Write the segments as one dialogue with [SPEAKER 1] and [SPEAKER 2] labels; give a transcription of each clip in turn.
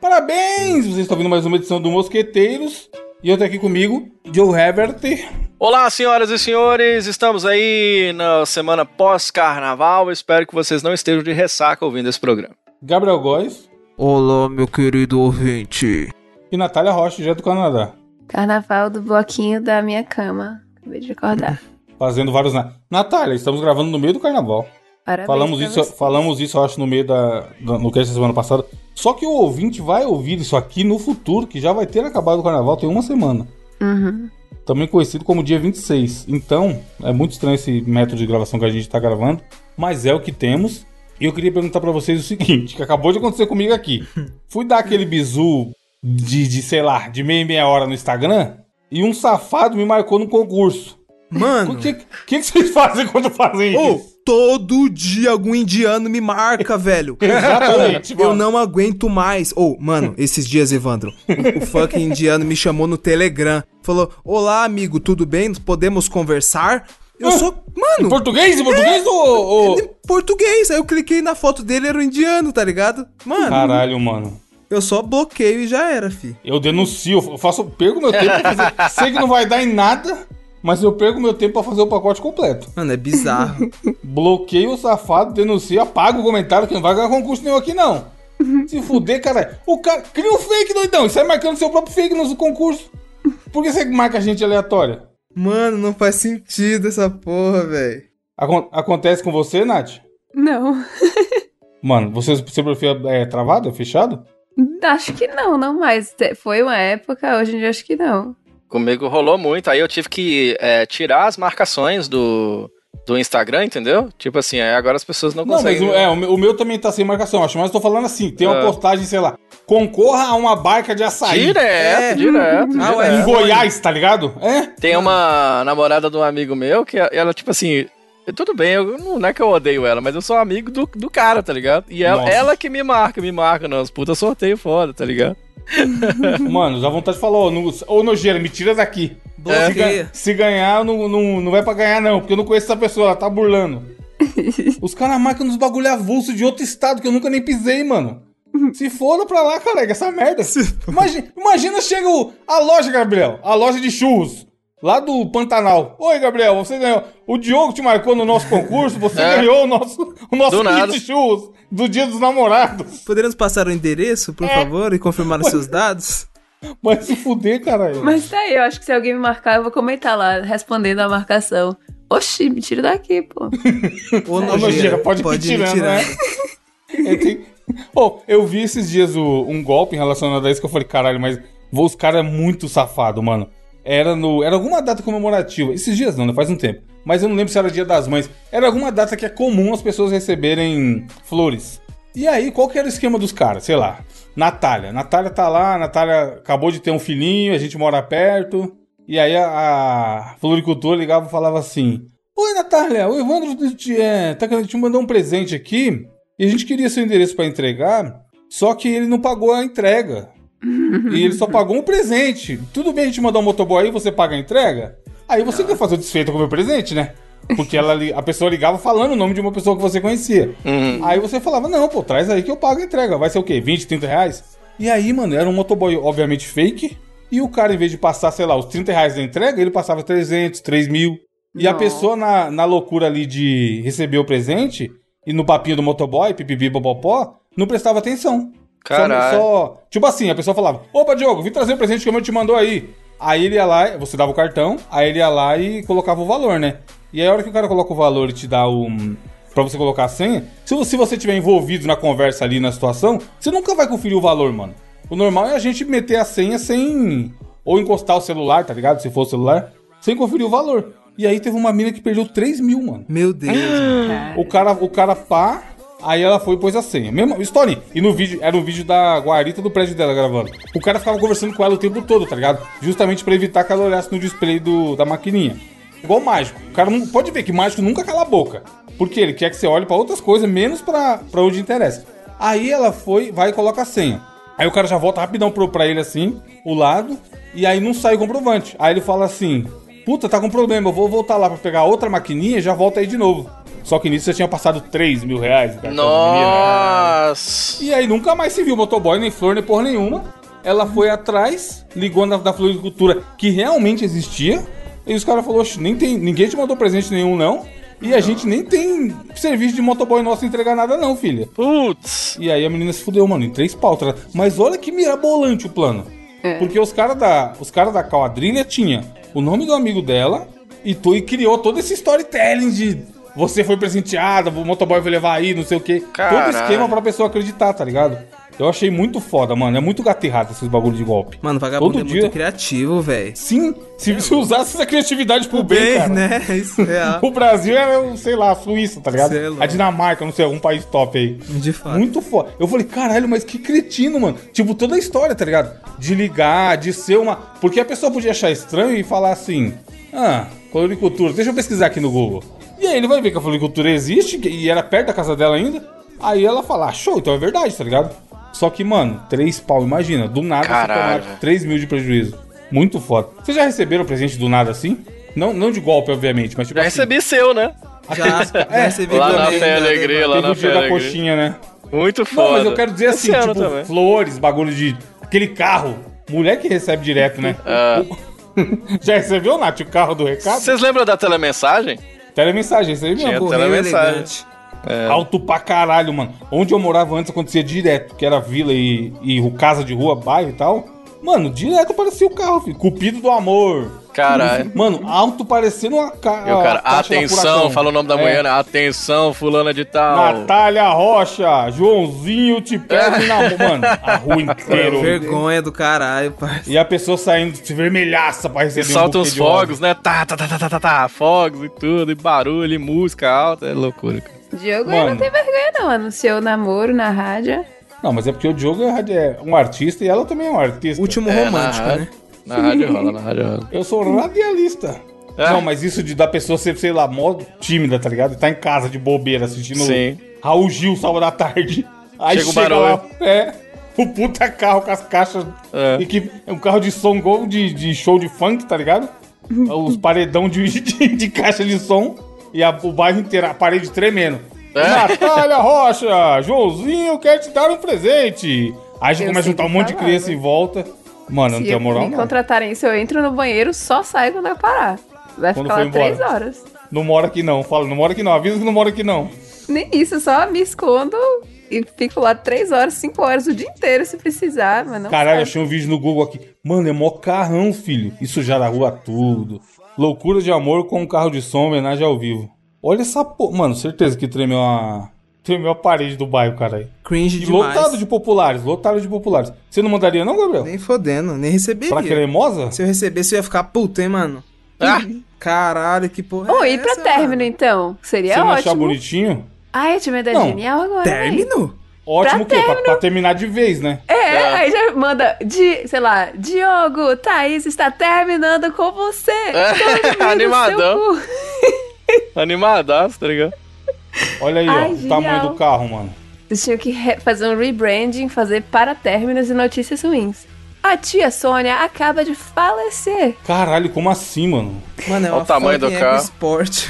[SPEAKER 1] Parabéns! Vocês estão vendo mais uma edição do Mosqueteiros. E eu tô aqui comigo, Joe Herbert.
[SPEAKER 2] Olá, senhoras e senhores, estamos aí na semana pós-carnaval. Espero que vocês não estejam de ressaca ouvindo esse programa.
[SPEAKER 1] Gabriel Góes.
[SPEAKER 3] Olá, meu querido ouvinte.
[SPEAKER 1] E Natália Rocha, direto do Canadá.
[SPEAKER 4] Carnaval do bloquinho da minha cama. Acabei de acordar.
[SPEAKER 1] Uhum. Fazendo vários. na- Natália, estamos gravando no meio do carnaval.
[SPEAKER 4] Parabéns.
[SPEAKER 1] falamos
[SPEAKER 4] pra
[SPEAKER 1] isso,
[SPEAKER 4] vocês.
[SPEAKER 1] falamos isso, eu acho, no meio da. da- no cast da semana passada. Só que o ouvinte vai ouvir isso aqui no futuro, que já vai ter acabado o carnaval, tem uma semana.
[SPEAKER 4] Uhum.
[SPEAKER 1] também conhecido como dia 26. Então, é muito estranho esse método de gravação que a gente está gravando, mas é o que temos. E eu queria perguntar para vocês o seguinte, que acabou de acontecer comigo aqui. Fui dar aquele bizu de, de, sei lá, de meia e meia hora no Instagram e um safado me marcou no concurso. O
[SPEAKER 3] Mano,
[SPEAKER 1] que, que, que vocês fazem quando fazem
[SPEAKER 3] ô,
[SPEAKER 1] isso?
[SPEAKER 3] todo dia algum indiano me marca, velho.
[SPEAKER 1] Exatamente,
[SPEAKER 3] Eu
[SPEAKER 1] mano.
[SPEAKER 3] não aguento mais. Ou, mano, esses dias, Evandro, o fucking indiano me chamou no Telegram. Falou: Olá, amigo, tudo bem? Podemos conversar? Eu
[SPEAKER 1] Ah,
[SPEAKER 3] sou.
[SPEAKER 1] Em
[SPEAKER 3] Mano,
[SPEAKER 1] português? Em português ou... ou-
[SPEAKER 3] em português. Aí eu cliquei na foto dele, era um indiano, tá ligado? Mano,
[SPEAKER 1] Caralho, mano.
[SPEAKER 3] eu só bloqueio e já era, fi.
[SPEAKER 1] Eu denuncio, eu faço, perco meu tempo pra fazer. Sei que não vai dar em nada, mas eu perco meu tempo pra fazer o pacote completo.
[SPEAKER 3] Mano, é bizarro.
[SPEAKER 1] Bloqueio o safado, denuncio, apago o comentário, que não vai ganhar concurso nenhum aqui, não. Se fuder, cara. O cara cria um fake, doidão, e sai marcando seu próprio fake nos concursos. Por que você marca gente aleatória?
[SPEAKER 3] Mano, não faz sentido essa porra, velho.
[SPEAKER 1] Acon- acontece com você, Nath?
[SPEAKER 4] Não.
[SPEAKER 1] Mano, você, você perfil é travado, é fechado?
[SPEAKER 4] Acho que não, não mais. Te- Foi uma época, hoje em dia acho que não.
[SPEAKER 2] Comigo rolou muito, aí eu tive que é, tirar as marcações do, do Instagram, entendeu? Tipo assim, aí agora as pessoas não,
[SPEAKER 1] Não, mas
[SPEAKER 2] conseguem.
[SPEAKER 1] o, é, o meu, o meu também tá sem marcação, acho. Mas eu tô falando assim, tem uma
[SPEAKER 2] Ah.
[SPEAKER 1] postagem, sei lá, concorra a uma barca de açaí.
[SPEAKER 2] Direto,
[SPEAKER 3] É.
[SPEAKER 2] direto,
[SPEAKER 3] Ah,
[SPEAKER 2] direto.
[SPEAKER 3] ué.
[SPEAKER 1] Em Goiás, tá ligado? É?
[SPEAKER 2] Tem uma namorada de um amigo meu que ela, tipo assim, tudo bem, eu, não não é que eu odeio ela, mas eu sou amigo do, do cara, tá ligado? E ela,
[SPEAKER 1] Nossa.
[SPEAKER 2] ela que me marca, me marca, não, os puta sorteio foda, tá ligado?
[SPEAKER 1] Mano, dá vontade de falar, ô, no, ô nojeira, me tira daqui. Se, ga-
[SPEAKER 3] Bloqueia.
[SPEAKER 1] se ganhar, não, não, não vai pra ganhar, não, porque eu não conheço essa pessoa, ela tá burlando. Os caras marcam nos bagulho avulso de outro estado que eu nunca nem pisei, mano. Se foda pra lá, colega, essa merda. Imagina, imagina chega o- a loja, Gabriel, a loja de churros, lá do Pantanal. Oi, Gabriel, você ganhou. O Diogo te marcou no nosso concurso, você
[SPEAKER 2] É.
[SPEAKER 1] ganhou o nosso, o nosso
[SPEAKER 2] Do
[SPEAKER 1] kit
[SPEAKER 2] nada.
[SPEAKER 1] de churros do Dia dos Namorados.
[SPEAKER 3] Poderíamos passar o endereço,
[SPEAKER 1] É.
[SPEAKER 3] por favor, e confirmar os seus dados?
[SPEAKER 1] Vai se fuder, caralho.
[SPEAKER 4] Mas tá aí, eu acho que se alguém me marcar, eu vou comentar lá, respondendo a marcação. Oxi, me tira daqui, pô.
[SPEAKER 3] Ô,
[SPEAKER 1] nojeira, pode me tirando, né? É, tem- Pô, eu vi esses dias o- um golpe relacionado a isso que eu falei, caralho, mas vou os caras muito safado, mano. Era no. Era alguma data comemorativa. Esses dias não, né? Faz um tempo. Mas eu não lembro se era dia das mães. Era alguma data que é comum as pessoas receberem flores. E aí, qual que era o esquema dos caras? Sei lá. Natália. Natália tá lá, Natália acabou de ter um filhinho, a gente mora perto. E aí a, a floricultora ligava e falava assim: Oi, Natália, o Evandro te, é, tá querendo te mandar um presente aqui. E a gente queria seu endereço pra entregar, só que ele não pagou a entrega. e ele só pagou um presente. Tudo bem a gente mandar um motoboy e você paga a entrega? Aí você quer fazer o desfeito com o meu presente, né? Porque ela, li- a pessoa ligava falando o nome de uma pessoa que você conhecia.
[SPEAKER 2] Uhum.
[SPEAKER 1] Aí você falava, não, pô, traz aí que eu pago a entrega. Vai ser o quê? 20, 30 reais? E aí, mano, era um motoboy, obviamente, fake. E o cara, em vez de passar, sei lá, os 30 reais da entrega, ele passava 300, 3 mil. E a
[SPEAKER 4] Nossa.
[SPEAKER 1] pessoa, na, na loucura ali de receber o presente, e no papinho do motoboy, pipipi, bobopó, não prestava atenção. Só-
[SPEAKER 2] Caralho.
[SPEAKER 1] Só, tipo assim, a pessoa falava: Opa, Diogo, vim trazer o presente que o meu te mandou aí. Aí ele ia lá, você dava o cartão, aí ele ia lá e colocava o valor, né? E aí a hora que o cara coloca o valor e te dá o. hum, Pra você colocar a senha, se você, se você tiver envolvido na conversa ali, na situação, você nunca vai conferir o valor, mano. O normal é a gente meter a senha sem. Ou encostar o celular, tá ligado? Se for o celular, sem conferir o valor. E aí teve uma mina que perdeu 3 mil, mano.
[SPEAKER 3] Meu Deus, mano.
[SPEAKER 1] O cara, o cara pá, aí ela foi e pôs a senha. Mesmo, história. E no vídeo, era um vídeo da guarita do prédio dela gravando. O cara ficava conversando com ela o tempo todo, tá ligado? Justamente pra evitar que ela olhasse no display do, da maquininha. Igual o mágico. O cara não pode ver que mágico nunca cala a boca. Porque ele quer que você olhe pra outras coisas, menos pra, pra onde interessa. Aí ela foi, vai e coloca a senha. Aí o cara já volta rapidão pro, pra ele assim, o lado, e aí não sai o comprovante. Aí ele fala assim: Puta, tá com problema, eu vou voltar lá pra pegar outra maquininha e já volta aí de novo. Só que nisso você tinha passado 3 mil reais. da casa da menina.
[SPEAKER 2] Nossa!
[SPEAKER 1] E aí nunca mais se viu motoboy, nem flor, nem porra nenhuma. Ela foi atrás, ligou na da floricultura que realmente existia. E os caras falaram, nem tem, ninguém te mandou presente nenhum, não. E a gente nem tem serviço de motoboy nosso entregar nada, não, filha.
[SPEAKER 2] Putz!
[SPEAKER 1] E aí a menina se fudeu, mano, em três pautas. Mas olha que mirabolante o plano.
[SPEAKER 4] É.
[SPEAKER 1] Porque os caras da, os cara da quadrilha tinha o nome do amigo dela e, tu, e criou todo esse storytelling de você foi presenteada, o motoboy vai levar aí, não sei o quê.
[SPEAKER 2] Caralho.
[SPEAKER 1] Todo esquema pra pessoa acreditar, tá ligado? Eu achei muito foda, mano. É muito gato e rato esses bagulho de golpe.
[SPEAKER 3] Mano, vagabundo
[SPEAKER 1] Todo
[SPEAKER 3] é
[SPEAKER 1] dia.
[SPEAKER 3] muito criativo, velho.
[SPEAKER 1] Sim, se, se usasse essa criatividade pro bem, cara.
[SPEAKER 3] né? Isso é. a-
[SPEAKER 1] O Brasil era, sei lá, a Suíça, tá ligado?
[SPEAKER 3] Sei lá.
[SPEAKER 1] A Dinamarca, não sei, algum país top aí.
[SPEAKER 3] De fato.
[SPEAKER 1] Muito foda. Eu falei, caralho, mas que cretino, mano. Tipo, toda a história, tá ligado? De ligar, de ser uma. Porque a pessoa podia achar estranho e falar assim: ah, floricultura, deixa eu pesquisar aqui no Google. E aí ele vai ver que a floricultura existe que- e era perto da casa dela ainda. Aí ela fala, ah, show, então é verdade, tá ligado? Só que, mano, três pau, imagina. Do nada você
[SPEAKER 2] Caralho.
[SPEAKER 1] tomar 3 mil de prejuízo. Muito foda. Vocês já receberam presente do nada assim? Não, não de golpe, obviamente, mas tipo.
[SPEAKER 2] Já
[SPEAKER 1] assim,
[SPEAKER 2] recebi seu, né?
[SPEAKER 1] É.
[SPEAKER 3] Já, já recebi
[SPEAKER 2] Lá na
[SPEAKER 3] também,
[SPEAKER 2] Fé
[SPEAKER 3] né,
[SPEAKER 2] Alegria, lá
[SPEAKER 1] Teve
[SPEAKER 2] na
[SPEAKER 1] o
[SPEAKER 2] Fé
[SPEAKER 1] dia da
[SPEAKER 2] Alegria.
[SPEAKER 1] coxinha, né?
[SPEAKER 2] Muito foda.
[SPEAKER 1] Não, mas eu quero dizer assim,
[SPEAKER 2] Esse ano
[SPEAKER 1] tipo,
[SPEAKER 2] também.
[SPEAKER 1] flores, bagulho de. Aquele carro. Mulher que recebe direto, né?
[SPEAKER 2] Ah.
[SPEAKER 1] O- Já recebeu, Nath, o carro do recado?
[SPEAKER 2] Vocês lembram da telemensagem?
[SPEAKER 1] Telemensagem, isso aí é
[SPEAKER 2] Tinha
[SPEAKER 1] mesmo.
[SPEAKER 3] Correio
[SPEAKER 2] telemensagem.
[SPEAKER 3] elegante.
[SPEAKER 1] né? Alto pra caralho, mano. Onde eu morava antes acontecia direto, que era vila e, e ru- casa de rua, bairro e tal. Mano, direto aparecia o carro, filho. Cupido do amor.
[SPEAKER 2] Caralho.
[SPEAKER 1] Mano, alto parecendo uma ca...
[SPEAKER 2] E o cara,
[SPEAKER 1] a caixa Ah, da
[SPEAKER 2] atenção,
[SPEAKER 1] Furacão.
[SPEAKER 2] fala o nome da
[SPEAKER 1] É.
[SPEAKER 2] mulher, né? Atenção, fulana de tal.
[SPEAKER 1] Natália Rocha, Joãozinho te pede na mão. Mano, a rua inteira.
[SPEAKER 3] Vergonha do caralho, parceiro.
[SPEAKER 1] E a pessoa saindo de vermelhaça pra
[SPEAKER 2] E
[SPEAKER 1] receber um
[SPEAKER 2] solta
[SPEAKER 1] buquê
[SPEAKER 2] uns
[SPEAKER 1] de rosa.
[SPEAKER 2] fogos, né? Tá, tá, tá, tá, tá, tá, tá, fogos e tudo, e barulho, e música alta, é loucura, cara.
[SPEAKER 4] Diogo
[SPEAKER 1] Mano.
[SPEAKER 4] ele não tem vergonha, não. Anunciou o namoro na rádio.
[SPEAKER 1] Não, mas é porque o Diogo é um artista e ela também é um artista.
[SPEAKER 3] Último
[SPEAKER 2] É,
[SPEAKER 3] romântico,
[SPEAKER 2] na
[SPEAKER 3] né?
[SPEAKER 2] rádio- Na rádio rola, na rádio rola.
[SPEAKER 1] Eu sou radialista.
[SPEAKER 2] É.
[SPEAKER 1] Não, mas isso de da pessoa ser, sei lá, mó tímida, tá ligado? Tá em casa de bobeira assistindo
[SPEAKER 2] Sim.
[SPEAKER 1] Raul Gil, sábado da tarde. Aí
[SPEAKER 2] Chega
[SPEAKER 1] chega,
[SPEAKER 2] o barulho.
[SPEAKER 1] lá, é, o puta carro com as caixas.
[SPEAKER 2] É.
[SPEAKER 1] E que é um carro de som igual de, de show de funk, tá ligado? Os paredão de, de, de caixa de som e a- o bairro inteiro, a parede tremendo.
[SPEAKER 2] É.
[SPEAKER 1] Natália Rocha, Joãozinho quer te dar um presente. Aí já
[SPEAKER 4] Eu
[SPEAKER 1] começa a juntar um
[SPEAKER 4] sempre
[SPEAKER 1] monte de
[SPEAKER 4] falava.
[SPEAKER 1] criança em volta. Mano, não
[SPEAKER 4] Se
[SPEAKER 1] tem moral,
[SPEAKER 4] me
[SPEAKER 1] não.
[SPEAKER 4] contratarem, se eu entro no banheiro, só saio quando eu parar. Vai
[SPEAKER 1] Quando
[SPEAKER 4] ficar
[SPEAKER 1] for
[SPEAKER 4] lá três
[SPEAKER 1] embora.
[SPEAKER 4] horas.
[SPEAKER 1] Não mora aqui não. Fala, não mora aqui não. Avisa que não mora aqui não.
[SPEAKER 4] Nem isso, só me escondo e fico lá três horas, cinco horas, o dia inteiro se precisar, mas não.
[SPEAKER 1] Caralho,
[SPEAKER 4] saio.
[SPEAKER 1] achei um vídeo no Google aqui. Mano, é mó carrão, filho. Isso já da rua tudo. Loucura de amor com um carro de som, homenagem ao vivo. Olha essa porra. Mano, certeza que tremeu a. Tremeu a parede do bairro, caralho.
[SPEAKER 3] Cringe
[SPEAKER 1] E
[SPEAKER 3] demais.
[SPEAKER 1] lotado de populares, lotado de populares. Você não mandaria, não, Gabriel?
[SPEAKER 3] Nem fodendo, nem receberia.
[SPEAKER 1] pra cremosa?
[SPEAKER 3] Se eu recebesse, eu ia ficar puto, hein, mano?
[SPEAKER 2] Ah,
[SPEAKER 3] Caralho, que porra.
[SPEAKER 4] Ou
[SPEAKER 3] é
[SPEAKER 4] ir pra
[SPEAKER 3] essa,
[SPEAKER 4] término,
[SPEAKER 3] mano?
[SPEAKER 4] então. Seria
[SPEAKER 1] Você não achar
[SPEAKER 4] ótimo.
[SPEAKER 1] bonitinho?
[SPEAKER 4] Ai, eu tinha uma ideia
[SPEAKER 1] Não,
[SPEAKER 4] genial agora. né? véi.
[SPEAKER 3] Término?
[SPEAKER 1] Ótimo
[SPEAKER 4] Pra
[SPEAKER 1] que pra, pra terminar de vez, né?
[SPEAKER 4] É, aí já manda, de, sei lá, Diogo, Thaís está terminando com você. Tome no
[SPEAKER 2] Animadão.
[SPEAKER 4] seu cu.
[SPEAKER 2] animadaço, tá ligado?
[SPEAKER 1] Olha aí,
[SPEAKER 4] Ai,
[SPEAKER 1] ó, o
[SPEAKER 4] genial.
[SPEAKER 1] tamanho do carro, mano.
[SPEAKER 4] Eles tinham que re- fazer um rebranding, fazer para términos e notícias ruins. A tia Sônia acaba de falecer.
[SPEAKER 1] Caralho, como assim, mano?
[SPEAKER 3] Mano, é
[SPEAKER 2] Olha
[SPEAKER 3] uma
[SPEAKER 2] o tamanho do
[SPEAKER 3] fucking
[SPEAKER 2] carro.
[SPEAKER 3] EcoSport.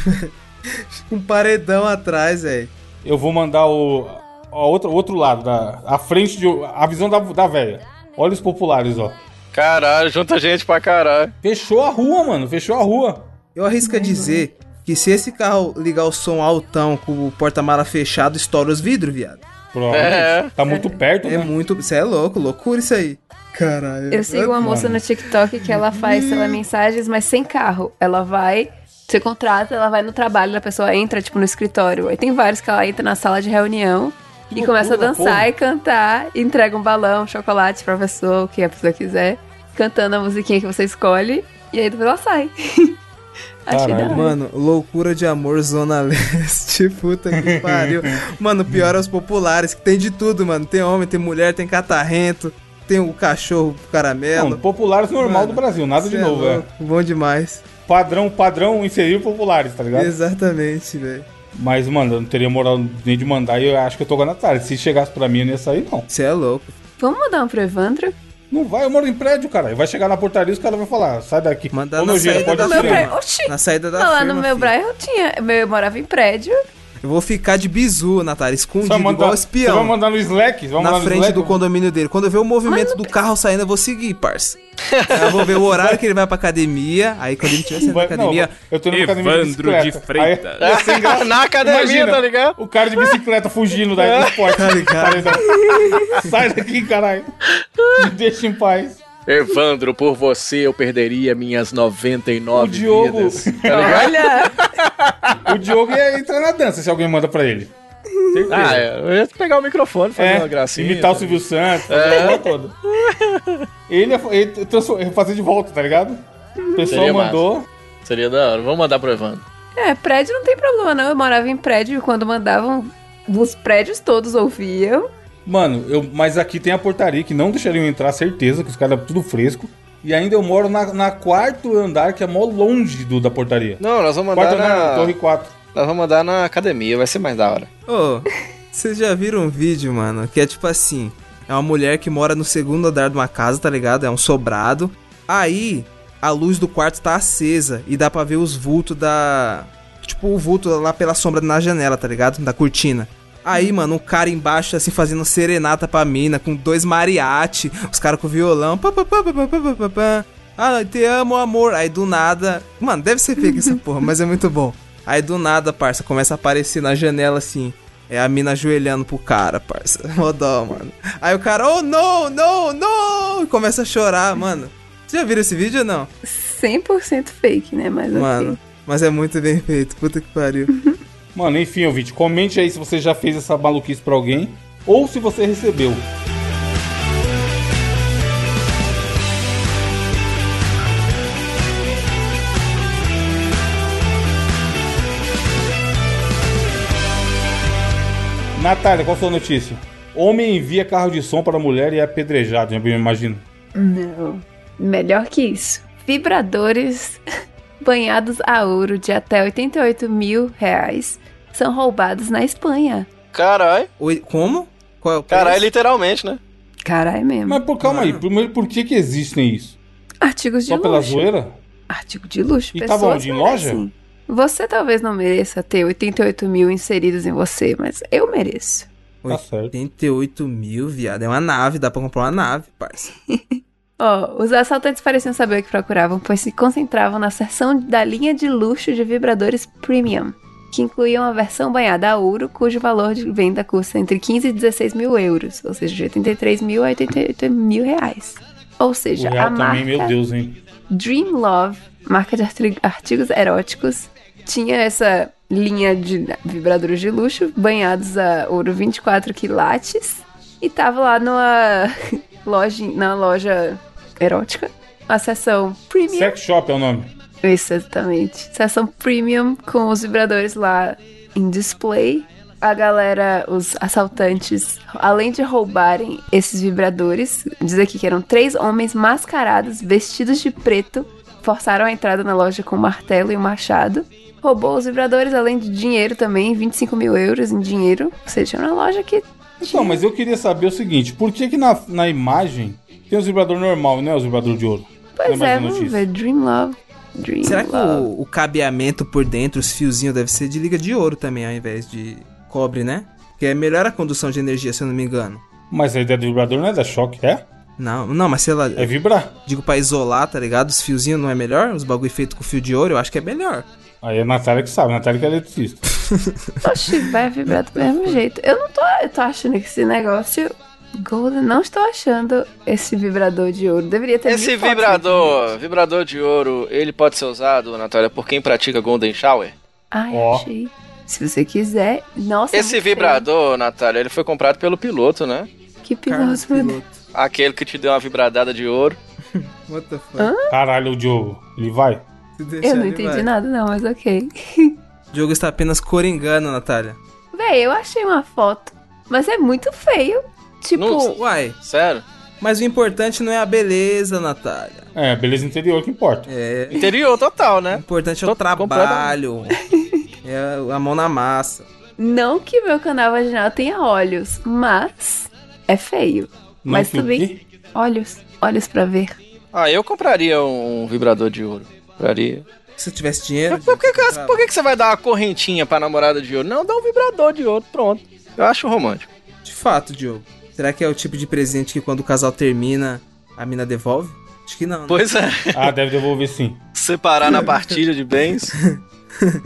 [SPEAKER 3] um paredão atrás, velho.
[SPEAKER 1] Eu vou mandar o. A outra, o outro lado, da, a frente de. A visão da, da velha. Olha os populares, ó.
[SPEAKER 2] Caralho, junta gente pra caralho.
[SPEAKER 1] Fechou a rua, mano. Fechou a rua.
[SPEAKER 3] Eu arrisco a dizer que se esse carro ligar o som altão com o porta-mala fechado, estoura os vidros, viado.
[SPEAKER 1] Pronto.
[SPEAKER 2] É.
[SPEAKER 1] Tá muito perto,
[SPEAKER 3] É
[SPEAKER 1] né?
[SPEAKER 3] muito. Isso é louco, loucura isso aí. Caralho.
[SPEAKER 4] Eu sigo uma moça no TikTok que ela faz,
[SPEAKER 1] Hum.
[SPEAKER 4] sei lá, mensagens, mas sem carro. Ela vai, você contrata, ela vai no trabalho, a pessoa entra, tipo, no escritório. Aí tem vários que ela entra na sala de reunião
[SPEAKER 1] Que
[SPEAKER 4] e começa a
[SPEAKER 1] loucura,
[SPEAKER 4] dançar
[SPEAKER 1] porra.
[SPEAKER 4] e cantar, e entrega um balão, chocolate pra pessoa, o que a pessoa quiser, cantando a musiquinha que você escolhe, e aí depois ela sai. Achei da
[SPEAKER 1] Caralho.
[SPEAKER 4] hora.
[SPEAKER 3] Mano, loucura de amor, Zona Leste. Puta que pariu. Mano, pior é os populares, que tem de tudo, mano. Tem homem, tem mulher, tem catarrento, tem o cachorro
[SPEAKER 1] Não,
[SPEAKER 2] um
[SPEAKER 3] caramelo.
[SPEAKER 1] populares normal
[SPEAKER 3] Mano,
[SPEAKER 1] do Brasil, nada de
[SPEAKER 3] Cê é
[SPEAKER 1] novo, é.
[SPEAKER 3] louco, Bom demais.
[SPEAKER 1] Padrão, padrão inserir populares, tá ligado?
[SPEAKER 3] Exatamente, velho.
[SPEAKER 1] Mas, mano, eu não teria moral nem de mandar e eu acho que eu tô com a Natália. Se chegasse pra mim, eu não ia sair, não.
[SPEAKER 3] Você é louco.
[SPEAKER 4] Vamos mandar um pro Evandro?
[SPEAKER 1] Não vai, eu moro em prédio, cara. Vai chegar na portaria e os caras vão falar, sai daqui.
[SPEAKER 3] Mandar
[SPEAKER 1] Ô,
[SPEAKER 3] na
[SPEAKER 1] Nogueira,
[SPEAKER 3] saída
[SPEAKER 1] pode
[SPEAKER 3] da
[SPEAKER 4] No
[SPEAKER 1] ir
[SPEAKER 4] meu
[SPEAKER 1] mesmo.
[SPEAKER 3] firma.
[SPEAKER 4] prédio. Oxi!
[SPEAKER 1] assim.
[SPEAKER 3] Na saída da
[SPEAKER 4] Não, lá
[SPEAKER 3] firma,
[SPEAKER 4] no meu
[SPEAKER 3] filho.
[SPEAKER 4] bairro eu tinha. Eu morava em prédio
[SPEAKER 3] Eu vou ficar de bizu, Natália, escondido,
[SPEAKER 1] Você vai mandar,
[SPEAKER 3] igual
[SPEAKER 1] você
[SPEAKER 3] espião.
[SPEAKER 1] vai mandar no Slack? Você vai mandar
[SPEAKER 3] na
[SPEAKER 1] no
[SPEAKER 3] frente
[SPEAKER 1] Slack?
[SPEAKER 3] do condomínio dele. Quando eu ver o movimento do carro saindo, eu vou seguir, parça. eu vou ver o horário que ele vai pra academia. Aí quando ele estiver saindo da
[SPEAKER 1] Vai- não,
[SPEAKER 3] academia.
[SPEAKER 1] eu tô numa academia de
[SPEAKER 5] Evandro de
[SPEAKER 1] bicicleta.
[SPEAKER 5] Freitas.
[SPEAKER 1] Aí, ia ser engraçado.
[SPEAKER 2] Na academia,
[SPEAKER 1] Imagina,
[SPEAKER 2] tá ligado? É.
[SPEAKER 1] O cara de bicicleta fugindo da esporte.
[SPEAKER 3] Tá ligado?
[SPEAKER 1] Paredão. Sai daqui, caralho. Me deixa em paz.
[SPEAKER 2] Evandro, por você eu perderia minhas 99
[SPEAKER 1] O Diogo.
[SPEAKER 2] vidas. Tá
[SPEAKER 1] Tá
[SPEAKER 4] Olha,
[SPEAKER 1] O Diogo ia entrar na dança se alguém manda pra ele.
[SPEAKER 2] Ah, é, eu ia pegar o microfone, fazer
[SPEAKER 1] É,
[SPEAKER 2] uma gracinha.
[SPEAKER 1] imitar o
[SPEAKER 2] tá
[SPEAKER 1] Silvio Santos, fazer a porra toda. Ele ia ele ia transfor- ia fazer de volta, tá ligado? O pessoal
[SPEAKER 2] Seria massa.
[SPEAKER 1] mandou.
[SPEAKER 2] ligado? Seria da hora. Vamos mandar pro Evandro.
[SPEAKER 4] é, prédio não tem problema não. Eu morava em prédio e quando mandavam, os prédios todos ouviam.
[SPEAKER 1] Mano, eu, mas aqui tem a portaria que não deixariam entrar, certeza, que os caras é tudo fresco. E ainda eu moro na, na quarto andar, que é mó longe do, da portaria.
[SPEAKER 2] Não, nós vamos
[SPEAKER 1] Quarto
[SPEAKER 2] mandar
[SPEAKER 1] andar,
[SPEAKER 2] na...
[SPEAKER 1] não, torre 4.
[SPEAKER 2] Nós vamos mandar na academia, vai ser mais da hora.
[SPEAKER 3] Ô, vocês já viram um vídeo, mano? Que é tipo assim: é uma mulher que mora no segundo andar de uma casa, tá ligado? É um sobrado. Aí a luz do quarto tá acesa e dá pra ver os vultos da. Tipo, o vulto lá pela sombra na janela, tá ligado? Da cortina. Aí, mano, um cara embaixo, assim, fazendo serenata pra mina, com dois mariachi, os caras com violão. Pá, pá, pá, pá, pá, pá, pá, pá, pá. Ah, te amo, amor. Aí do nada. Mano, deve ser fake essa porra, mas é muito bom. Aí do nada, parça, começa a aparecer na janela assim. É a mina ajoelhando pro cara, parça. Modó, mano. Aí o cara, oh não, não, não! E começa a chorar, mano. Vocês já viram esse vídeo ou não?
[SPEAKER 4] 100% fake, né? Mas
[SPEAKER 3] Mano,
[SPEAKER 4] assim.
[SPEAKER 3] mas é muito bem feito. Puta que pariu.
[SPEAKER 1] Mano, enfim, ouvinte, comente aí se você já fez essa maluquice pra alguém ou se você recebeu. Natália, qual foi a notícia? Homem envia carro de som para mulher e é apedrejado, eu me imagino.
[SPEAKER 4] Não. Melhor que isso. Vibradores banhados a ouro de até 88 mil reais são roubados na Espanha.
[SPEAKER 2] Caralho.
[SPEAKER 3] Oi, como? Qual é o
[SPEAKER 2] Caralho,
[SPEAKER 3] preço?
[SPEAKER 2] literalmente, né?
[SPEAKER 4] Caralho é mesmo.
[SPEAKER 1] Mas por, calma aí, primeiro, por que que existem isso?
[SPEAKER 4] Artigos de
[SPEAKER 1] Só pela
[SPEAKER 4] luxo.
[SPEAKER 1] zoeira?
[SPEAKER 4] Artigo de luxo.
[SPEAKER 1] E
[SPEAKER 4] Pessoas
[SPEAKER 1] tava onde? Em loja?
[SPEAKER 4] merecem. Você talvez não mereça ter 88 mil inseridos em você, mas eu mereço.
[SPEAKER 1] Tá certo.
[SPEAKER 3] 88 mil, viado. É uma nave, dá pra comprar uma nave, parça.
[SPEAKER 4] Ó, os assaltantes pareciam saber o que procuravam, pois se concentravam na seção da linha de luxo de vibradores premium, que incluíam a versão banhada a ouro, cujo valor de venda custa entre 15 e 16 mil euros, ou seja, de 83 mil a 88 mil reais. Ou
[SPEAKER 1] O
[SPEAKER 4] seja, a
[SPEAKER 1] real
[SPEAKER 4] marca
[SPEAKER 1] também, meu Deus, hein?
[SPEAKER 4] Dream Love, marca de artri- artigos eróticos, tinha essa linha de vibradores de luxo, banhados a ouro 24 quilates, e tava lá numa loja, na loja erótica, a seção premium.
[SPEAKER 1] Sex Shop é o nome.
[SPEAKER 4] Isso, exatamente. Seção premium com os vibradores lá em display. A galera, os assaltantes, além de roubarem esses vibradores, diz aqui que eram três homens mascarados, vestidos de preto, forçaram a entrada na loja com um martelo e um machado. Roubou os vibradores, além de dinheiro também, 25 mil euros em dinheiro. Ou seja, era uma loja que.
[SPEAKER 1] Então, mas eu queria saber o seguinte: por que que na, na imagem tem o vibrador normal e não é o vibrador de ouro?
[SPEAKER 4] Pois
[SPEAKER 1] mais
[SPEAKER 4] é,
[SPEAKER 1] uma
[SPEAKER 4] vamos
[SPEAKER 1] notícia.
[SPEAKER 4] ver. Dream Love. Dream
[SPEAKER 3] Será que
[SPEAKER 4] Love.
[SPEAKER 3] o, o cabeamento por dentro, os fiozinhos, deve ser de liga de ouro também, ao invés de cobre, né? Que é melhor a condução de energia, se eu não me engano.
[SPEAKER 1] Mas a ideia do vibrador não é da choque, é?
[SPEAKER 3] Não, não, mas sei lá,
[SPEAKER 1] É vibrar.
[SPEAKER 3] digo pra isolar, tá ligado? Os fiozinhos não é melhor? Os bagulho feito com fio de ouro, eu acho que é melhor.
[SPEAKER 1] Aí é a Natália que sabe, a Natália que é eletricista.
[SPEAKER 4] Oxi, vai vibrar do mesmo jeito. Eu não tô, eu tô achando que esse negócio. Golden, não estou achando esse vibrador de ouro. Deveria ter
[SPEAKER 2] Esse
[SPEAKER 4] mil fotos, né?
[SPEAKER 2] vibrador, vibrador de ouro, ele pode ser usado, Natália, por quem pratica Golden Shower?
[SPEAKER 4] Ai,
[SPEAKER 1] Ó.
[SPEAKER 4] achei. Se você quiser. Nossa, é
[SPEAKER 2] Esse
[SPEAKER 4] muito
[SPEAKER 2] vibrador, Natália, ele foi comprado pelo piloto, né?
[SPEAKER 4] feio. Que
[SPEAKER 3] Carlos
[SPEAKER 4] piloto, meu Deus.
[SPEAKER 3] Piloto.
[SPEAKER 2] Aquele que te deu uma vibradada de ouro.
[SPEAKER 3] What the fuck?
[SPEAKER 4] Hã?
[SPEAKER 1] Caralho, o Diogo, ele vai?
[SPEAKER 3] Se deixar,
[SPEAKER 4] Eu não
[SPEAKER 3] ele
[SPEAKER 4] entendi
[SPEAKER 3] vai.
[SPEAKER 4] nada, não, mas ok.
[SPEAKER 3] O jogo está apenas coringando, Natália.
[SPEAKER 4] Véi, eu achei uma foto, mas é muito feio. Tipo,
[SPEAKER 2] Não-
[SPEAKER 3] Uai,
[SPEAKER 2] Sério?
[SPEAKER 3] mas o importante não é a beleza, Natália.
[SPEAKER 1] É, beleza interior que importa.
[SPEAKER 3] É.
[SPEAKER 2] Interior total,
[SPEAKER 3] O
[SPEAKER 2] né?
[SPEAKER 3] importante é o
[SPEAKER 2] Tô
[SPEAKER 3] trabalho. É a mão na massa.
[SPEAKER 4] não que meu canal vaginal tenha olhos, mas é feio.
[SPEAKER 1] Não
[SPEAKER 4] mas
[SPEAKER 1] que o
[SPEAKER 4] tudo bem. Olhos, olhos pra ver.
[SPEAKER 2] um Ah, eu compraria um vibrador de ouro. Compraria.
[SPEAKER 3] Se eu tivesse dinheiro.
[SPEAKER 2] Por que, que-
[SPEAKER 3] comprava.
[SPEAKER 2] por que que você vai dar uma correntinha pra namorada de ouro? Não, dá um vibrador de ouro, pronto. Eu acho romântico.
[SPEAKER 3] De fato, Diogo. Será que é o tipo de presente que quando o casal termina, a mina devolve? Acho que não. Né?
[SPEAKER 2] Pois é,
[SPEAKER 1] Ah, deve devolver sim.
[SPEAKER 2] separar na partilha de bens.